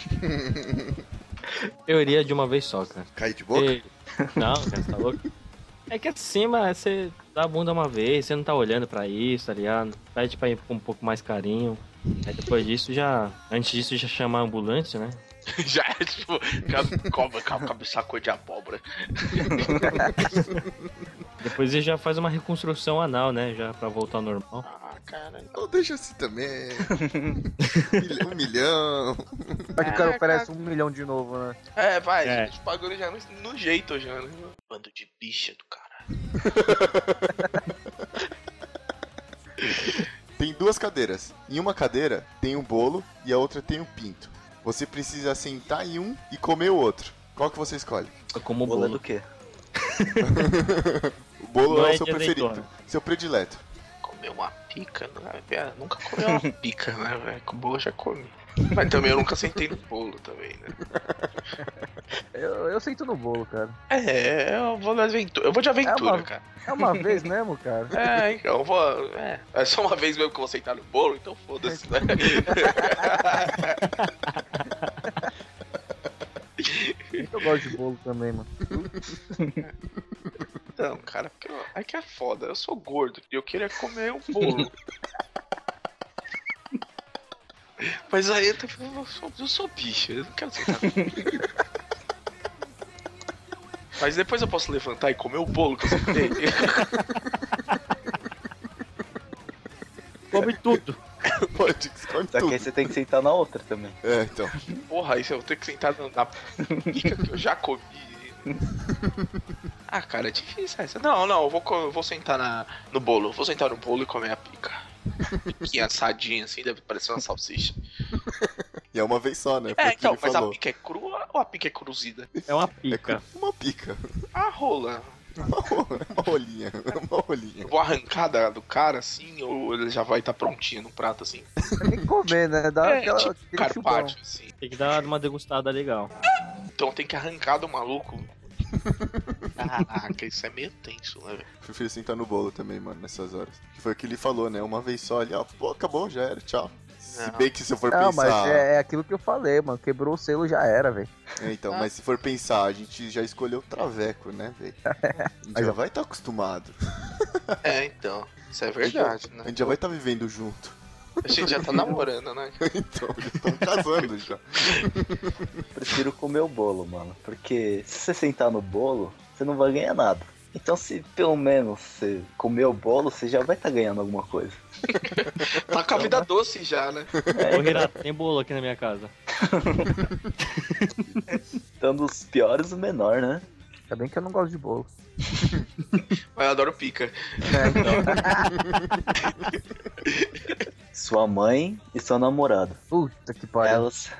(laughs)
Eu iria de uma vez só, cara.
Cai de boca?
E- Não, cara, você tá louco? É que assim, mas você dá a bunda uma vez, você não tá olhando pra isso, tá ligado? Pede pra ir com um pouco mais carinho. Aí depois disso já. Antes disso já chamar a ambulância, né?
Já é tipo, ca- cobra, ca- cabeça cor de abóbora.
Depois ele já faz uma reconstrução anal, né? Já pra voltar ao normal.
Ah, cara.
Não deixa assim
(laughs)
também. Milhão, um milhão.
Só que o cara oferece um milhão de novo, né?
É, vai,
É.
gente, o bagulho já no, no jeito já, né? Bando de bicha do cara.
Tem duas cadeiras. Em uma cadeira tem um bolo e a outra tem um pinto. Você precisa sentar em um e comer o outro. Qual que você escolhe?
É Como o
Bolo é do
bolo.
quê?
O bolo
Não
é
é
o seu
de
preferido.
azeitona.
Seu predileto. (laughs)
Comeu uma pica, né? velho? Nunca comeu (laughs) uma pica, né, velho? Com bolo eu já comi. Mas também eu nunca sentei no bolo também, né?
Eu, eu sinto no bolo, cara.
É, eu vou de aventura. Eu vou de aventura,
É uma-
cara.
É
(laughs)
uma vez mesmo, cara.
É, então, eu vou. É. é só uma vez mesmo que eu vou sentar no bolo, então foda-se, (laughs) né?
Eu gosto de bolo também, mano.
Não, cara, porque eu- é que é foda. Eu sou gordo e eu queria comer um bolo. (laughs) Mas aí eu, tô falando, eu, sou, eu sou bicho, eu não quero sentar no bolo. (laughs) Mas depois eu posso levantar e comer o bolo que eu (laughs) sentei.
Come tudo.
pode, que você come
Só que
tudo.
aí você tem que sentar na outra também.
É, então.
Porra, aí eu vou ter que sentar na- na pica que eu já comi. Ah, cara, é difícil essa. Não, não, eu vou, co- eu vou sentar na, no bolo. Eu vou sentar no bolo e comer a pica. Piquinha assadinha, assim, deve parecer uma salsicha.
E é uma vez só, né? Foi o
É,
que
então,
ele
mas a
falou.
pica é crua ou a pica é cruzida?
É uma
É
pica.
com uma pica. (laughs)
Ah, rola.
Uma ro- uma rolinha. Uma rolinha.
Eu vou arrancar da- do cara, assim, ou ele já vai estar prontinho no prato, assim.
Tem que comer, né? Dá
É,
aquela.
tipo
aquele chupão.
carpaccio, assim.
Tem que dar uma degustada legal.
Então tem que arrancar do maluco. Caraca, isso é meio tenso, né? velho?
(laughs) Prefiro sentar no bolo também, mano, nessas horas. Que foi o que ele falou, né? Uma vez só ali, ó. Pô, acabou, já era, tchau. Se
Não.
bem que se eu for
Não,
pensar.
mas é, é aquilo que eu falei, mano. Quebrou o selo já era, velho.
É, então, mas se for pensar, a gente já escolheu o traveco, né,
(laughs)
velho? A gente já vai estar acostumado.
É, então. Isso é verdade,
A
né?
gente já vai estar vivendo junto.
A gente
(laughs)
já tá namorando, né?
Então, já estamos casando
(laughs)
já.
Prefiro comer o bolo, mano. Porque se você sentar no bolo, você não vai ganhar nada. Então se pelo menos você comer o bolo, você já vai estar ganhando alguma coisa.
Tá com a vida doce já, né?
É.
Ô, Hirato, tem bolo aqui na minha casa.
Então dos piores o menor, né?
Ainda bem que eu não gosto de (laughs) bolo.
Mas eu adoro pica.
Sua mãe e seu namorado.
Puta que pariu.
Elas.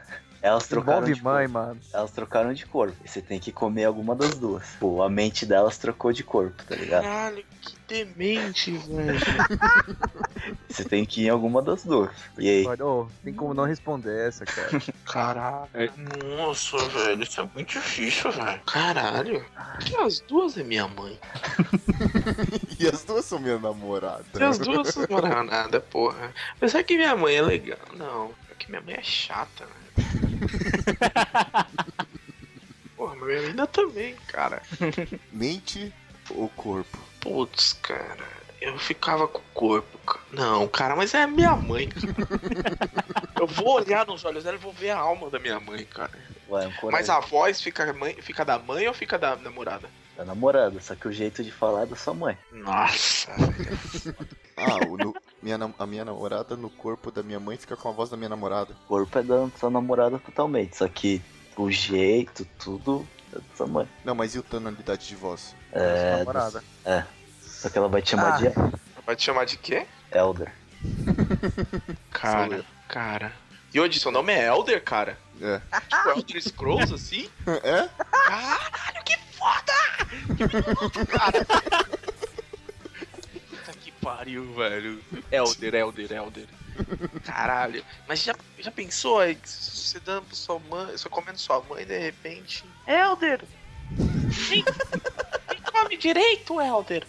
Elas trocaram
Envolve
de
mãe,
corpo.
mano.
Elas trocaram de corpo. E você tem que comer alguma das duas. Pô, a mente delas trocou de corpo, tá
É.
ligado?
Caralho, que demente, velho.
Você tem que ir em alguma das duas. E aí?
Olha, ô, tem como não responder essa,
(laughs)
cara.
Caralho. Nossa, velho, isso é muito difícil, velho. Caralho. Que as duas é minha mãe.
E as duas são minha namorada.
E as duas não moram nada, porra. Apesar que minha mãe é legal. Não, é que minha mãe é chata, velho. Porra, mas minha linda também, cara.
Mente ou corpo?
Putz, cara. Eu ficava com o corpo. ca- Não, cara, mas é a minha mãe. cara. Eu vou olhar nos olhos dela e vou ver a alma da minha mãe, cara.
Vai, um coragem.
Mas a voz fica, mãe- fica da mãe ou fica da namorada?
Da namorada, Tá só que o jeito de falar é da sua mãe.
Nossa.
Ah, o no- minha, nam- a minha namorada no corpo da minha mãe fica com a voz da minha namorada.
O corpo é da sua namorada totalmente, só que o jeito, tudo é da sua mãe.
Não, mas e o tonalidade de voz?
Essa
É,
namorada.
Só que ela vai te chamar de
Ah. Vai te chamar de quê?
Elder.
Sou
Cara,
eu.
cara. E hoje seu nome é Elder, cara?
É.
Tipo, Elder Scrolls, assim?
É?
Caralho, que foda! Que foda, cara. (laughs) Puta que pariu, velho. Elder, Elder, Elder. Caralho. Mas já, já pensou aí, que se você dando pra sua mãe, você comendo sua mãe, de repente... Elder! Vem, vem come direito, Elder!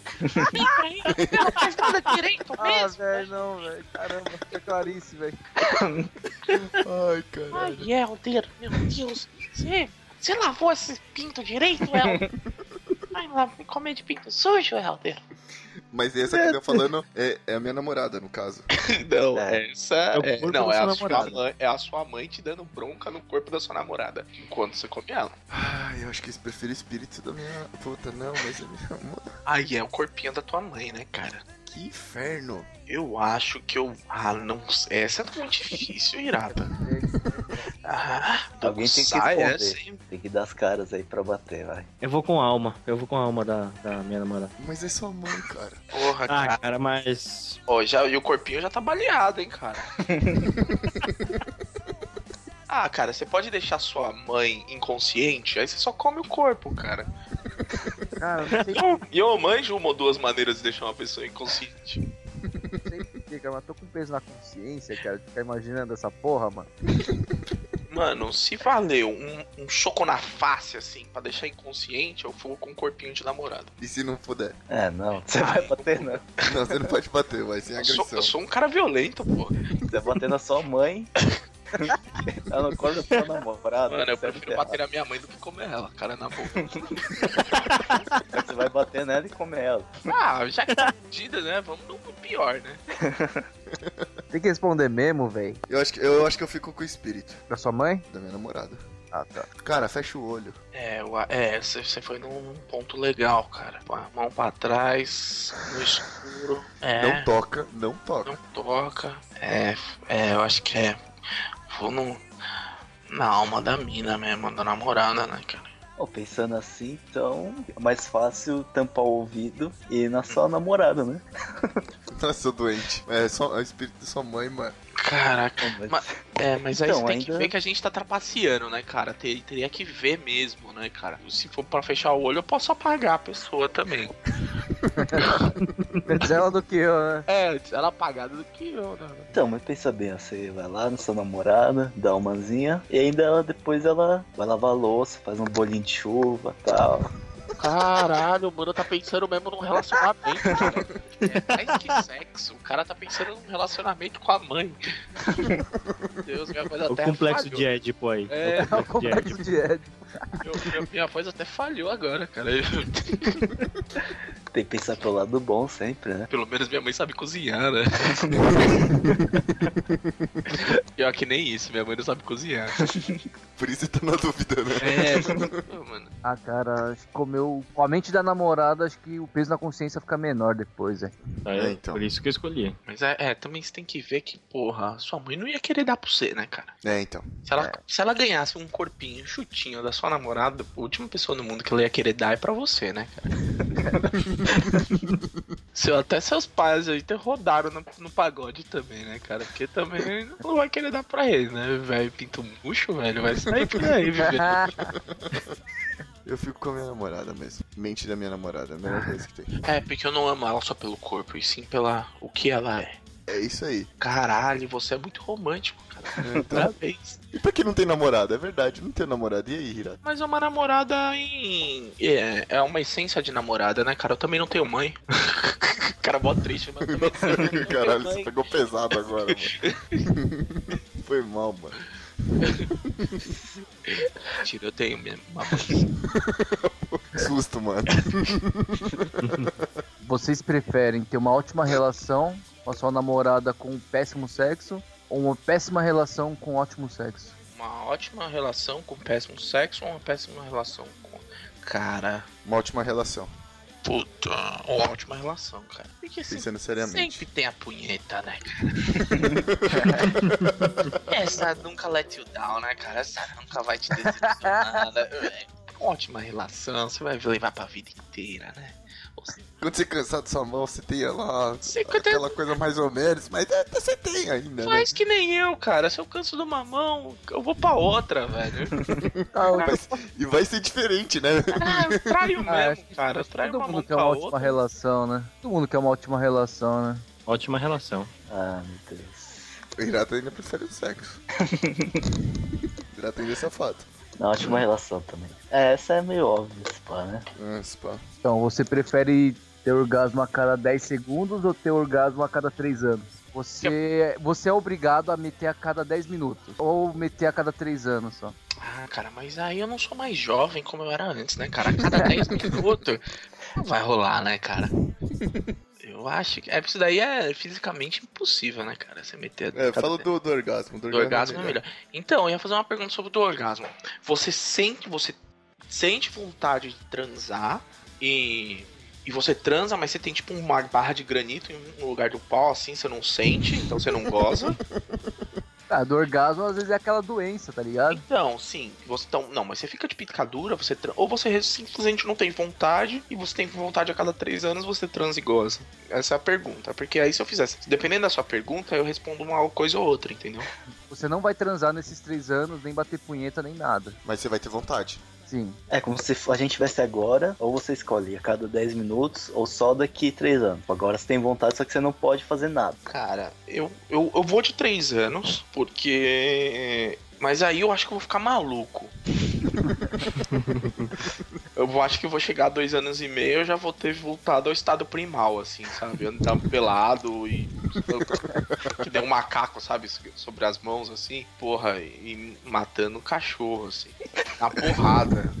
Vem pra aí, não faz nada direito
Ah, velho, não, velho. Caramba, é Clarice, velho.
Ai, caralho.
Ai, Helder, meu Deus. Você, você lavou esse pinto direito, Helder? Vai lá comer de pinto sujo, Helder.
Mas essa que eu tô falando é, é a minha namorada, no caso.
Não,
É.
essa
É o
é,
corpo
não,
da
é
sua
a, sua
namorada.
mãe, é a sua mãe te dando bronca no corpo da sua namorada enquanto você come ela.
Ai, eu acho que eu prefiro o espírito da minha. Puta, não, mas é minha namorada.
Aí é o corpinho da tua mãe, né, cara?
Que inferno.
Eu acho que eu. Ah, não. sei. Essa é muito difícil, Irata. Ah,
Alguém tem que
sai
responder.
essa, hein?
Tem que dar as caras aí pra bater, vai.
Eu vou com a alma. Eu vou com a alma da, da minha namorada.
Mas é sua mãe, cara.
Porra,
Ah,
cara.
cara, mas.
Ó, já, e o corpinho já tá baleado,
(laughs)
hein, cara. ah, cara, você pode deixar sua mãe inconsciente, aí você só come o corpo, cara.
Cara, não sei,
E eu manjo uma ou duas maneiras de deixar uma pessoa inconsciente.
não sei porquê, cara, mas tô com peso na consciência, cara, de ficar imaginando essa porra, mano.
Mano, se valeu um, um soco na face, assim, pra deixar inconsciente, eu vou com um corpinho de namorado.
E se não puder?
É, não, (laughs) você vai bater não.
Não, você não pode bater, mas sem
Eu sou,
É agressão.
eu sou um cara violento, pô.
Você vai bater na sua
(laughs)
mãe. Ela não corta sua namorada.
Mano, eu
você vai
prefiro
ferrar.
bater na minha mãe do que comer ela, cara, na boca. (laughs)
Você vai bater nela e comer ela.
Ah, já que tá medida, né? Vamos no pior, né?
Tem que responder mesmo, velho.
Eu acho que eu, acho que eu fico com o espírito
Da sua mãe?
da minha namorada.
Ah, tá.
Cara, fecha o olho.
É, o- é, você você foi num ponto legal, cara. Pô, a mão pra trás, no escuro.
Não
É,
toca, não toca.
não toca. É, é, eu acho que é. Vou no, na alma da mina mesmo, da namorada, né, cara?
Ó, pensando assim, então é mais fácil tampar o ouvido e ir na sua
Uhum.
namorada, né?
Nossa, eu doente. É, só, é o espírito da sua mãe, mano.
Caraca.
Bom, mas-
Mas- É, mas aí
Então,
você tem que
ainda-
ver que a gente tá trapaceando, né, cara? Ter- teria que ver mesmo, né, cara? Se for pra fechar o olho, eu posso apagar a pessoa também.
Menos ela do que eu, né?
É, ela apagada do que eu, né?
Então, mas pensa bem, ó, você vai lá na sua namorada, dá uma manzinha, e ainda ela, depois ela vai lavar a louça, faz um bolinho de chuva tal.
Caralho, mano, tá pensando mesmo num relacionamento, cara. É mais que sexo. O cara tá pensando num relacionamento com a mãe. Meu Deus, minha voz
O
até
complexo
falhou.
de Édipo aí.
É,
É o
(laughs)
complexo de Ed.
meu- meu- minha voz até falhou agora, cara.
Tem que pensar pelo lado bom sempre, né?
Pelo menos minha mãe sabe cozinhar, né? Pior que nem isso, minha mãe não sabe cozinhar.
Por isso você tá na dúvida, né?
É, mano.
Ah, cara, acho que comeu. Com a mente da namorada, acho que o peso na consciência fica menor depois, é.
Tá, eu-
É, então.
Por isso que eu escolhi.
Mas é, é, também você tem que ver que, porra, sua mãe não ia querer dar pra você, né, cara?
É, então.
Se ela, se ela ganhasse um corpinho, um chutinho da sua namorada, a última pessoa no mundo que ela ia querer dar é pra você, né, (laughs) cara? Seu, até seus pais aí te rodaram no, no pagode também, né, cara? Porque também não vai querer dar pra ele, né, velho? Pinto murcho, velho, vai sair por aí, viver.
Eu fico com a minha namorada mesmo. Mente da minha namorada, a melhor coisa que tem.
(laughs) É, porque eu não amo ela só pelo corpo, e sim pela o que ela é.
É isso aí.
Caralho, você é muito romântico, cara. Parabéns.
E pra quem não tem namorada? É verdade, não tem namorada. E aí, Hirata?
Mas é uma namorada em. É, é uma essência de namorada, né, cara? Eu também não tenho mãe. (laughs) cara, mó triste, mas também
(laughs) Caralho, você pegou pesado agora, mano.
(laughs)
Foi mal, mano.
mentira, eu tenho mesmo uma mãe.
Susto, mano.
Vocês preferem ter uma ótima relação com a sua namorada com um péssimo sexo ou uma péssima relação com um ótimo sexo?
Uma ótima relação com péssimo sexo ou uma péssima relação com. Cara.
Uma ótima relação,
Puta, uma ótima relação, cara. Porque assim,
pensando seriamente.
sempre tem a punheta, né, cara? Essa nunca let you down, né, cara? Essa nunca vai te decepcionar. né? É uma ótima relação, você vai levar pra vida inteira, né?
Quando você cansar de sua mão, você tem lá
Você
aquela coisa mais ou menos, mas é, você tem ainda, né?
Faz que nem eu, cara. Se eu canso de uma mão, eu vou pra
(laughs)
outra, velho.
Mas- e vai ser diferente, né?
Ah, eu traio
Ah, acho
mesmo,
que
cara. Eu traio
Todo
uma mão
mundo quer
pra
uma ótima
outra.
relação, né? Todo mundo quer uma ótima relação, né?
Ótima relação.
Ah, meu Deus.
O Hirata ainda prefere o sexo. o Hirata ainda é safado.
Na ótima relação também. É, essa é meio óbvia, se pá, né?
Ah, se pá.
Então, você prefere ter orgasmo a cada 10 segundos ou ter orgasmo a cada 3 anos? Você, você é obrigado a meter a cada 10 minutos. Ou meter a cada 3 anos só.
Ah, cara, mas aí eu não sou mais jovem como eu era antes, né, cara?
(laughs)
A cada 10 minutos não vai rolar, né, cara? Eu acho que. É, isso daí é fisicamente impossível, né, cara? Você meter.
É,
cada
fala do, do orgasmo. Do,
Do orgasmo é melhor. Então, eu ia fazer uma pergunta sobre o do orgasmo. Você sente, você sente vontade de transar e, e você transa, mas você tem tipo uma barra de granito em- no lugar do pau, assim, você não sente, então você não goza.
Ah, do orgasmo às vezes é aquela doença, tá ligado?
então, sim, você então, não, mas você fica de picadura, você tran- ou você res- simplesmente não tem vontade e você tem vontade a cada três anos você transa e goza. Essa é a pergunta, porque aí se eu fizesse, dependendo da sua pergunta, eu respondo uma coisa ou outra, entendeu?
Você não vai transar nesses 3 anos, nem bater punheta, nem nada.
Mas você vai ter vontade.
Sim.
É como se a gente tivesse agora, ou você escolhe a cada 10 minutos, ou só daqui 3 anos. Agora você tem vontade, só que você não pode fazer nada.
Cara, eu, eu, eu vou de três anos, porque. Mas aí eu acho que eu vou ficar maluco. eu vou, acho que eu vou chegar a dois anos e meio eu já vou ter voltado ao estado primal, assim, sabe? Andar pelado e. que nem um macaco, sabe? Sobre as mãos, assim, porra, e matando o cachorro, assim. Na porrada.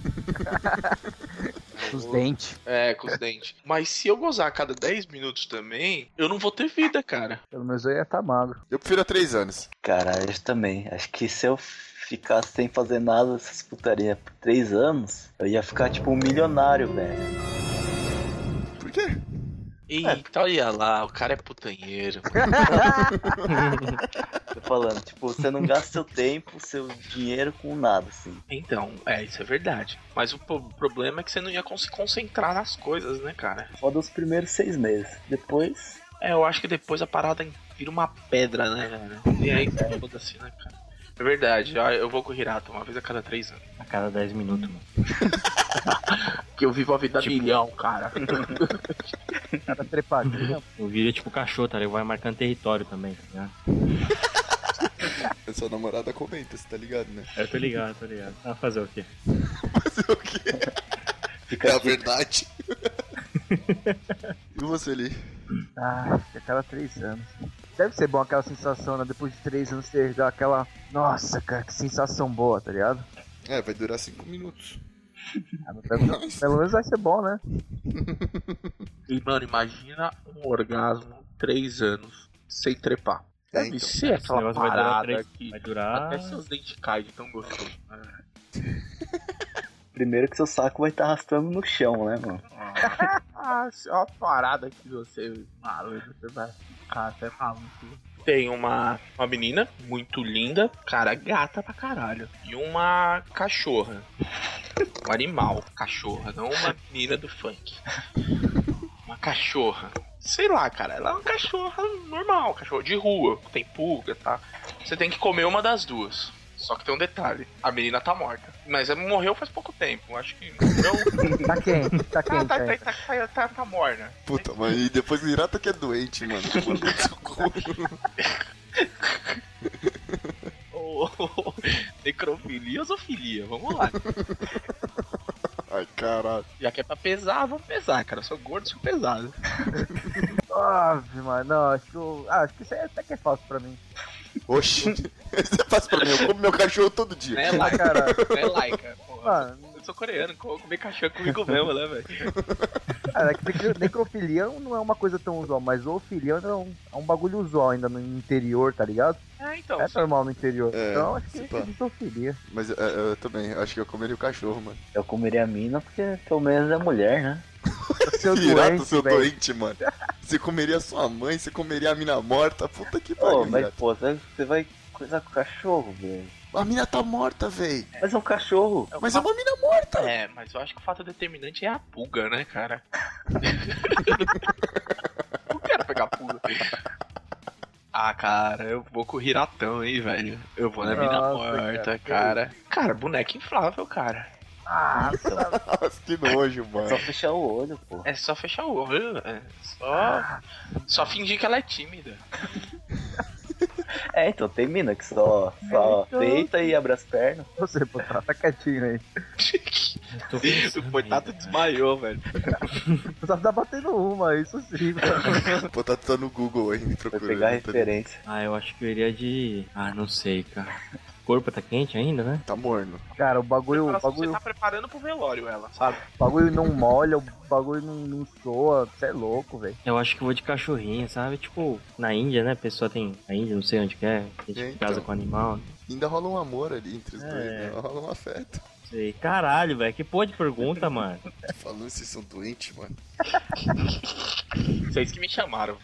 Eu
Os
vou-
dentes.
É, com os dentes. Mas se eu gozar a cada 10 minutos também, eu não vou ter vida, cara.
Pelo menos eu ia estar tá magro.
Eu prefiro a três anos.
Cara, eu também. Acho que se eu ficar sem fazer nada dessas putaria por três anos, eu ia ficar tipo um milionário, velho.
Por quê?
Eita, então, olha lá, o cara é putanheiro.
Tô falando, tipo, você não gasta seu tempo, seu dinheiro com nada, assim.
Então, é, isso é verdade. Mas o po- problema é que você não ia con- se concentrar nas coisas, né, cara?
Foda os primeiros seis meses. Depois,
É, eu acho que depois a parada vira uma pedra, né, velho? E aí, (laughs) foda-se, né, cara? É verdade, ah, eu vou com o Hirata uma vez a cada três anos.
A cada 10 minutos, mano.
Porque eu vivo a vida
Tipo-
milhão, cara.
Tá trepadinha.
Eu viria tipo cachorro, tá ligado? Vai marcando território também, tá ligado?
A sua namorada comenta, você tá ligado, né?
Eu tô ligado, tô ligado. Ah, fazer o quê?
Fazer o quê?
fica
É a
aqui.
(laughs) verdade. e você ali?
Ah, acho que a cada três anos. Deve ser bom aquela sensação, né? Depois de três anos você dá aquela. Nossa, cara, que sensação boa, tá ligado?
É, vai durar 5 minutos.
Ah, mas Pelo pelo menos vai ser bom, né?
E, mano, imagina um orgasmo, três anos, sem trepar.
É,
Deve
então.
Esse
ser aquela
negócio vai durar,
parada
três,
que
vai durar
até seus dentes caem de tão gostoso. né?
Primeiro que seu saco vai estar arrastando no chão, né, mano?
Ah, isso é uma parada que você, maluco, você vai ficar até maluco. Tem uma, uma menina muito linda, cara, gata pra caralho. E uma cachorra. Um animal, cachorra, não uma menina do funk. Uma cachorra. Sei lá, cara, ela é uma cachorra normal, cachorro de rua, tem pulga, tá? Você tem que comer uma das duas. Só que tem um detalhe, a menina tá morta. Mas ela morreu faz pouco tempo, acho que morreu
Tá quente, tá
ah,
quente.
tá,
aí.
tá, tá, tá, tá, tá morna.
então. Puta, mas e depois o Hirata que é doente, mano. Mano, socorro.
Ô, ô, ô, necrofilia ou zoofilia? Vamos lá.
Ai, caralho.
Já que é pra pesar, vamos pesar, cara. Eu sou gordo, sou pesado.
é. Óbvio, mano. Não, acho que. eu- Ah, acho que isso aí até que é fácil pra mim.
Oxi. Você faz pra mim, eu como meu cachorro todo dia.
Né,
Ah,
Laika?
cara.
Né, Laika? Porra,
Mano,
eu sou coreano, co- comer cachorro comigo mesmo, né, velho?
Cara, é que necro- necrofilia não é uma coisa tão usual, mas zoofilia é um, é um bagulho usual ainda no interior, tá ligado?
É, então.
É normal no interior.
É,
então acho que
se
é
pá.
de
(laughs)
zoofilia.
Mas é, eu também, acho que eu comeria o cachorro, mano.
Eu comeria a mina porque pelo menos é mulher, né?
Seu
Hirata,
doente,
seu
velho.
doente, mano. Você comeria sua mãe, você comeria a mina morta. Puta que pariu,
Pô, mas
Hirata.
pô, você você vai coisar com o cachorro, velho.
A mina tá morta, véi.
Mas é um cachorro.
Mas é uma mina morta.
É, mas eu acho que o fato determinante é a pulga, né, cara? (laughs) Não quero pegar pulga. Ah, cara, eu vou com o Hiratão, hein, velho. Eu vou na mina
Nossa,
morta,
cara.
cara. Cara, boneco inflável, cara.
Ah,
Nossa, que nojo,
É só
mano.
fechar o olho, pô.
É só fechar o olho, é só.
Ah.
Só fingir que ela é tímida.
É, então tem mina que só, só deita e abre as pernas.
você, pô, tá tá quietinho aí.
Tô pensando
O coitado
ainda,
desmaiou, velho.
Só tá batendo uma, isso sim. (laughs) mano.
Pô, tá, tá no Google aí, me
Vai
procurando.
pegar a
tá-
referência.
Ah, eu acho que eu iria de. Ah, não sei, cara. O corpo tá quente ainda, né?
Tá morno.
Cara, o
um
bagulho, o
Ela- Você
bagulho,
tá preparando pro velório ela, sabe?
o bagulho não molha, o bagulho não, não soa. Você é louco, velho.
Eu acho que eu vou de cachorrinho, sabe? Tipo, na Índia, né? A pessoa tem. Na Índia, não sei onde que é. A gente
É, então.
casa com animal.
Ainda rola um amor ali entre os dois,
É.
né? Rola um afeto.
Não sei. Caralho, velho. Que porra de (laughs) pergunta, mano.
Tô Falando vocês são doentes, mano.
Vocês que me chamaram.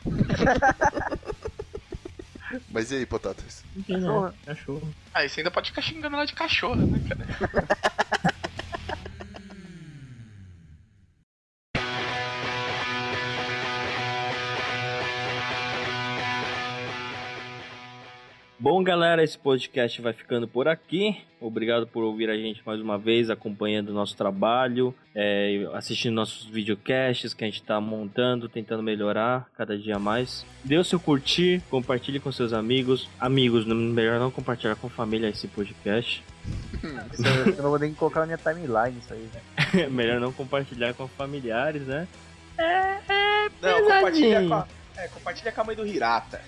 Mas e aí, Potatas?
Não tem nada. Cachorro.
Aí Ah, você ainda pode ficar xingando ela de cachorro, né, cara?
Bom, galera, esse podcast vai ficando por aqui. Obrigado por ouvir a gente mais uma vez, acompanhando o nosso trabalho, é, assistindo nossos videocasts que a gente tá montando, tentando melhorar cada dia mais. Dê o seu curtir, compartilhe com seus amigos. Amigos, não- melhor não compartilhar com família esse podcast. (laughs)
Isso Eu eu não vou nem colocar na minha timeline isso aí. velho.
É melhor não compartilhar com familiares, né?
Não,
Pesadinho. compartilha com a-
é, compartilha com a mãe do Hirata.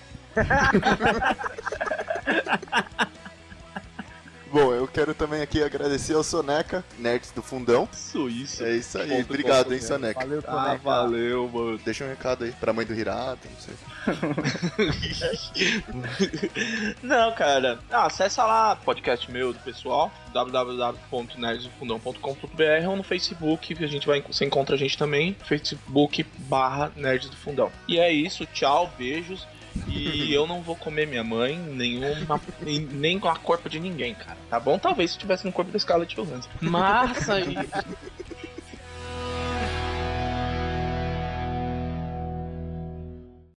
Bom, eu quero também aqui agradecer ao Soneca, nerds do fundão.
Isso, isso.
É isso aí.
Ponto,
Obrigado,
ponto,
hein, Soneca.
Valeu,
Ah,
Soneca.
valeu, mano.
Deixa um recado aí pra mãe do Hirata, não sei.
(laughs) Não, cara. Ah, acessa lá podcast meu do pessoal, www.nerdsdofundão.com.br ou no Facebook, que a gente vai você encontra a gente também, Facebook barra Nerds do Fundão. E é isso, tchau, beijos. E eu não vou comer minha mãe, nenhuma, e nem com a corpo de ninguém, cara. Tá bom? Talvez se tivesse no corpo da Scarlett Johansson. Mas aí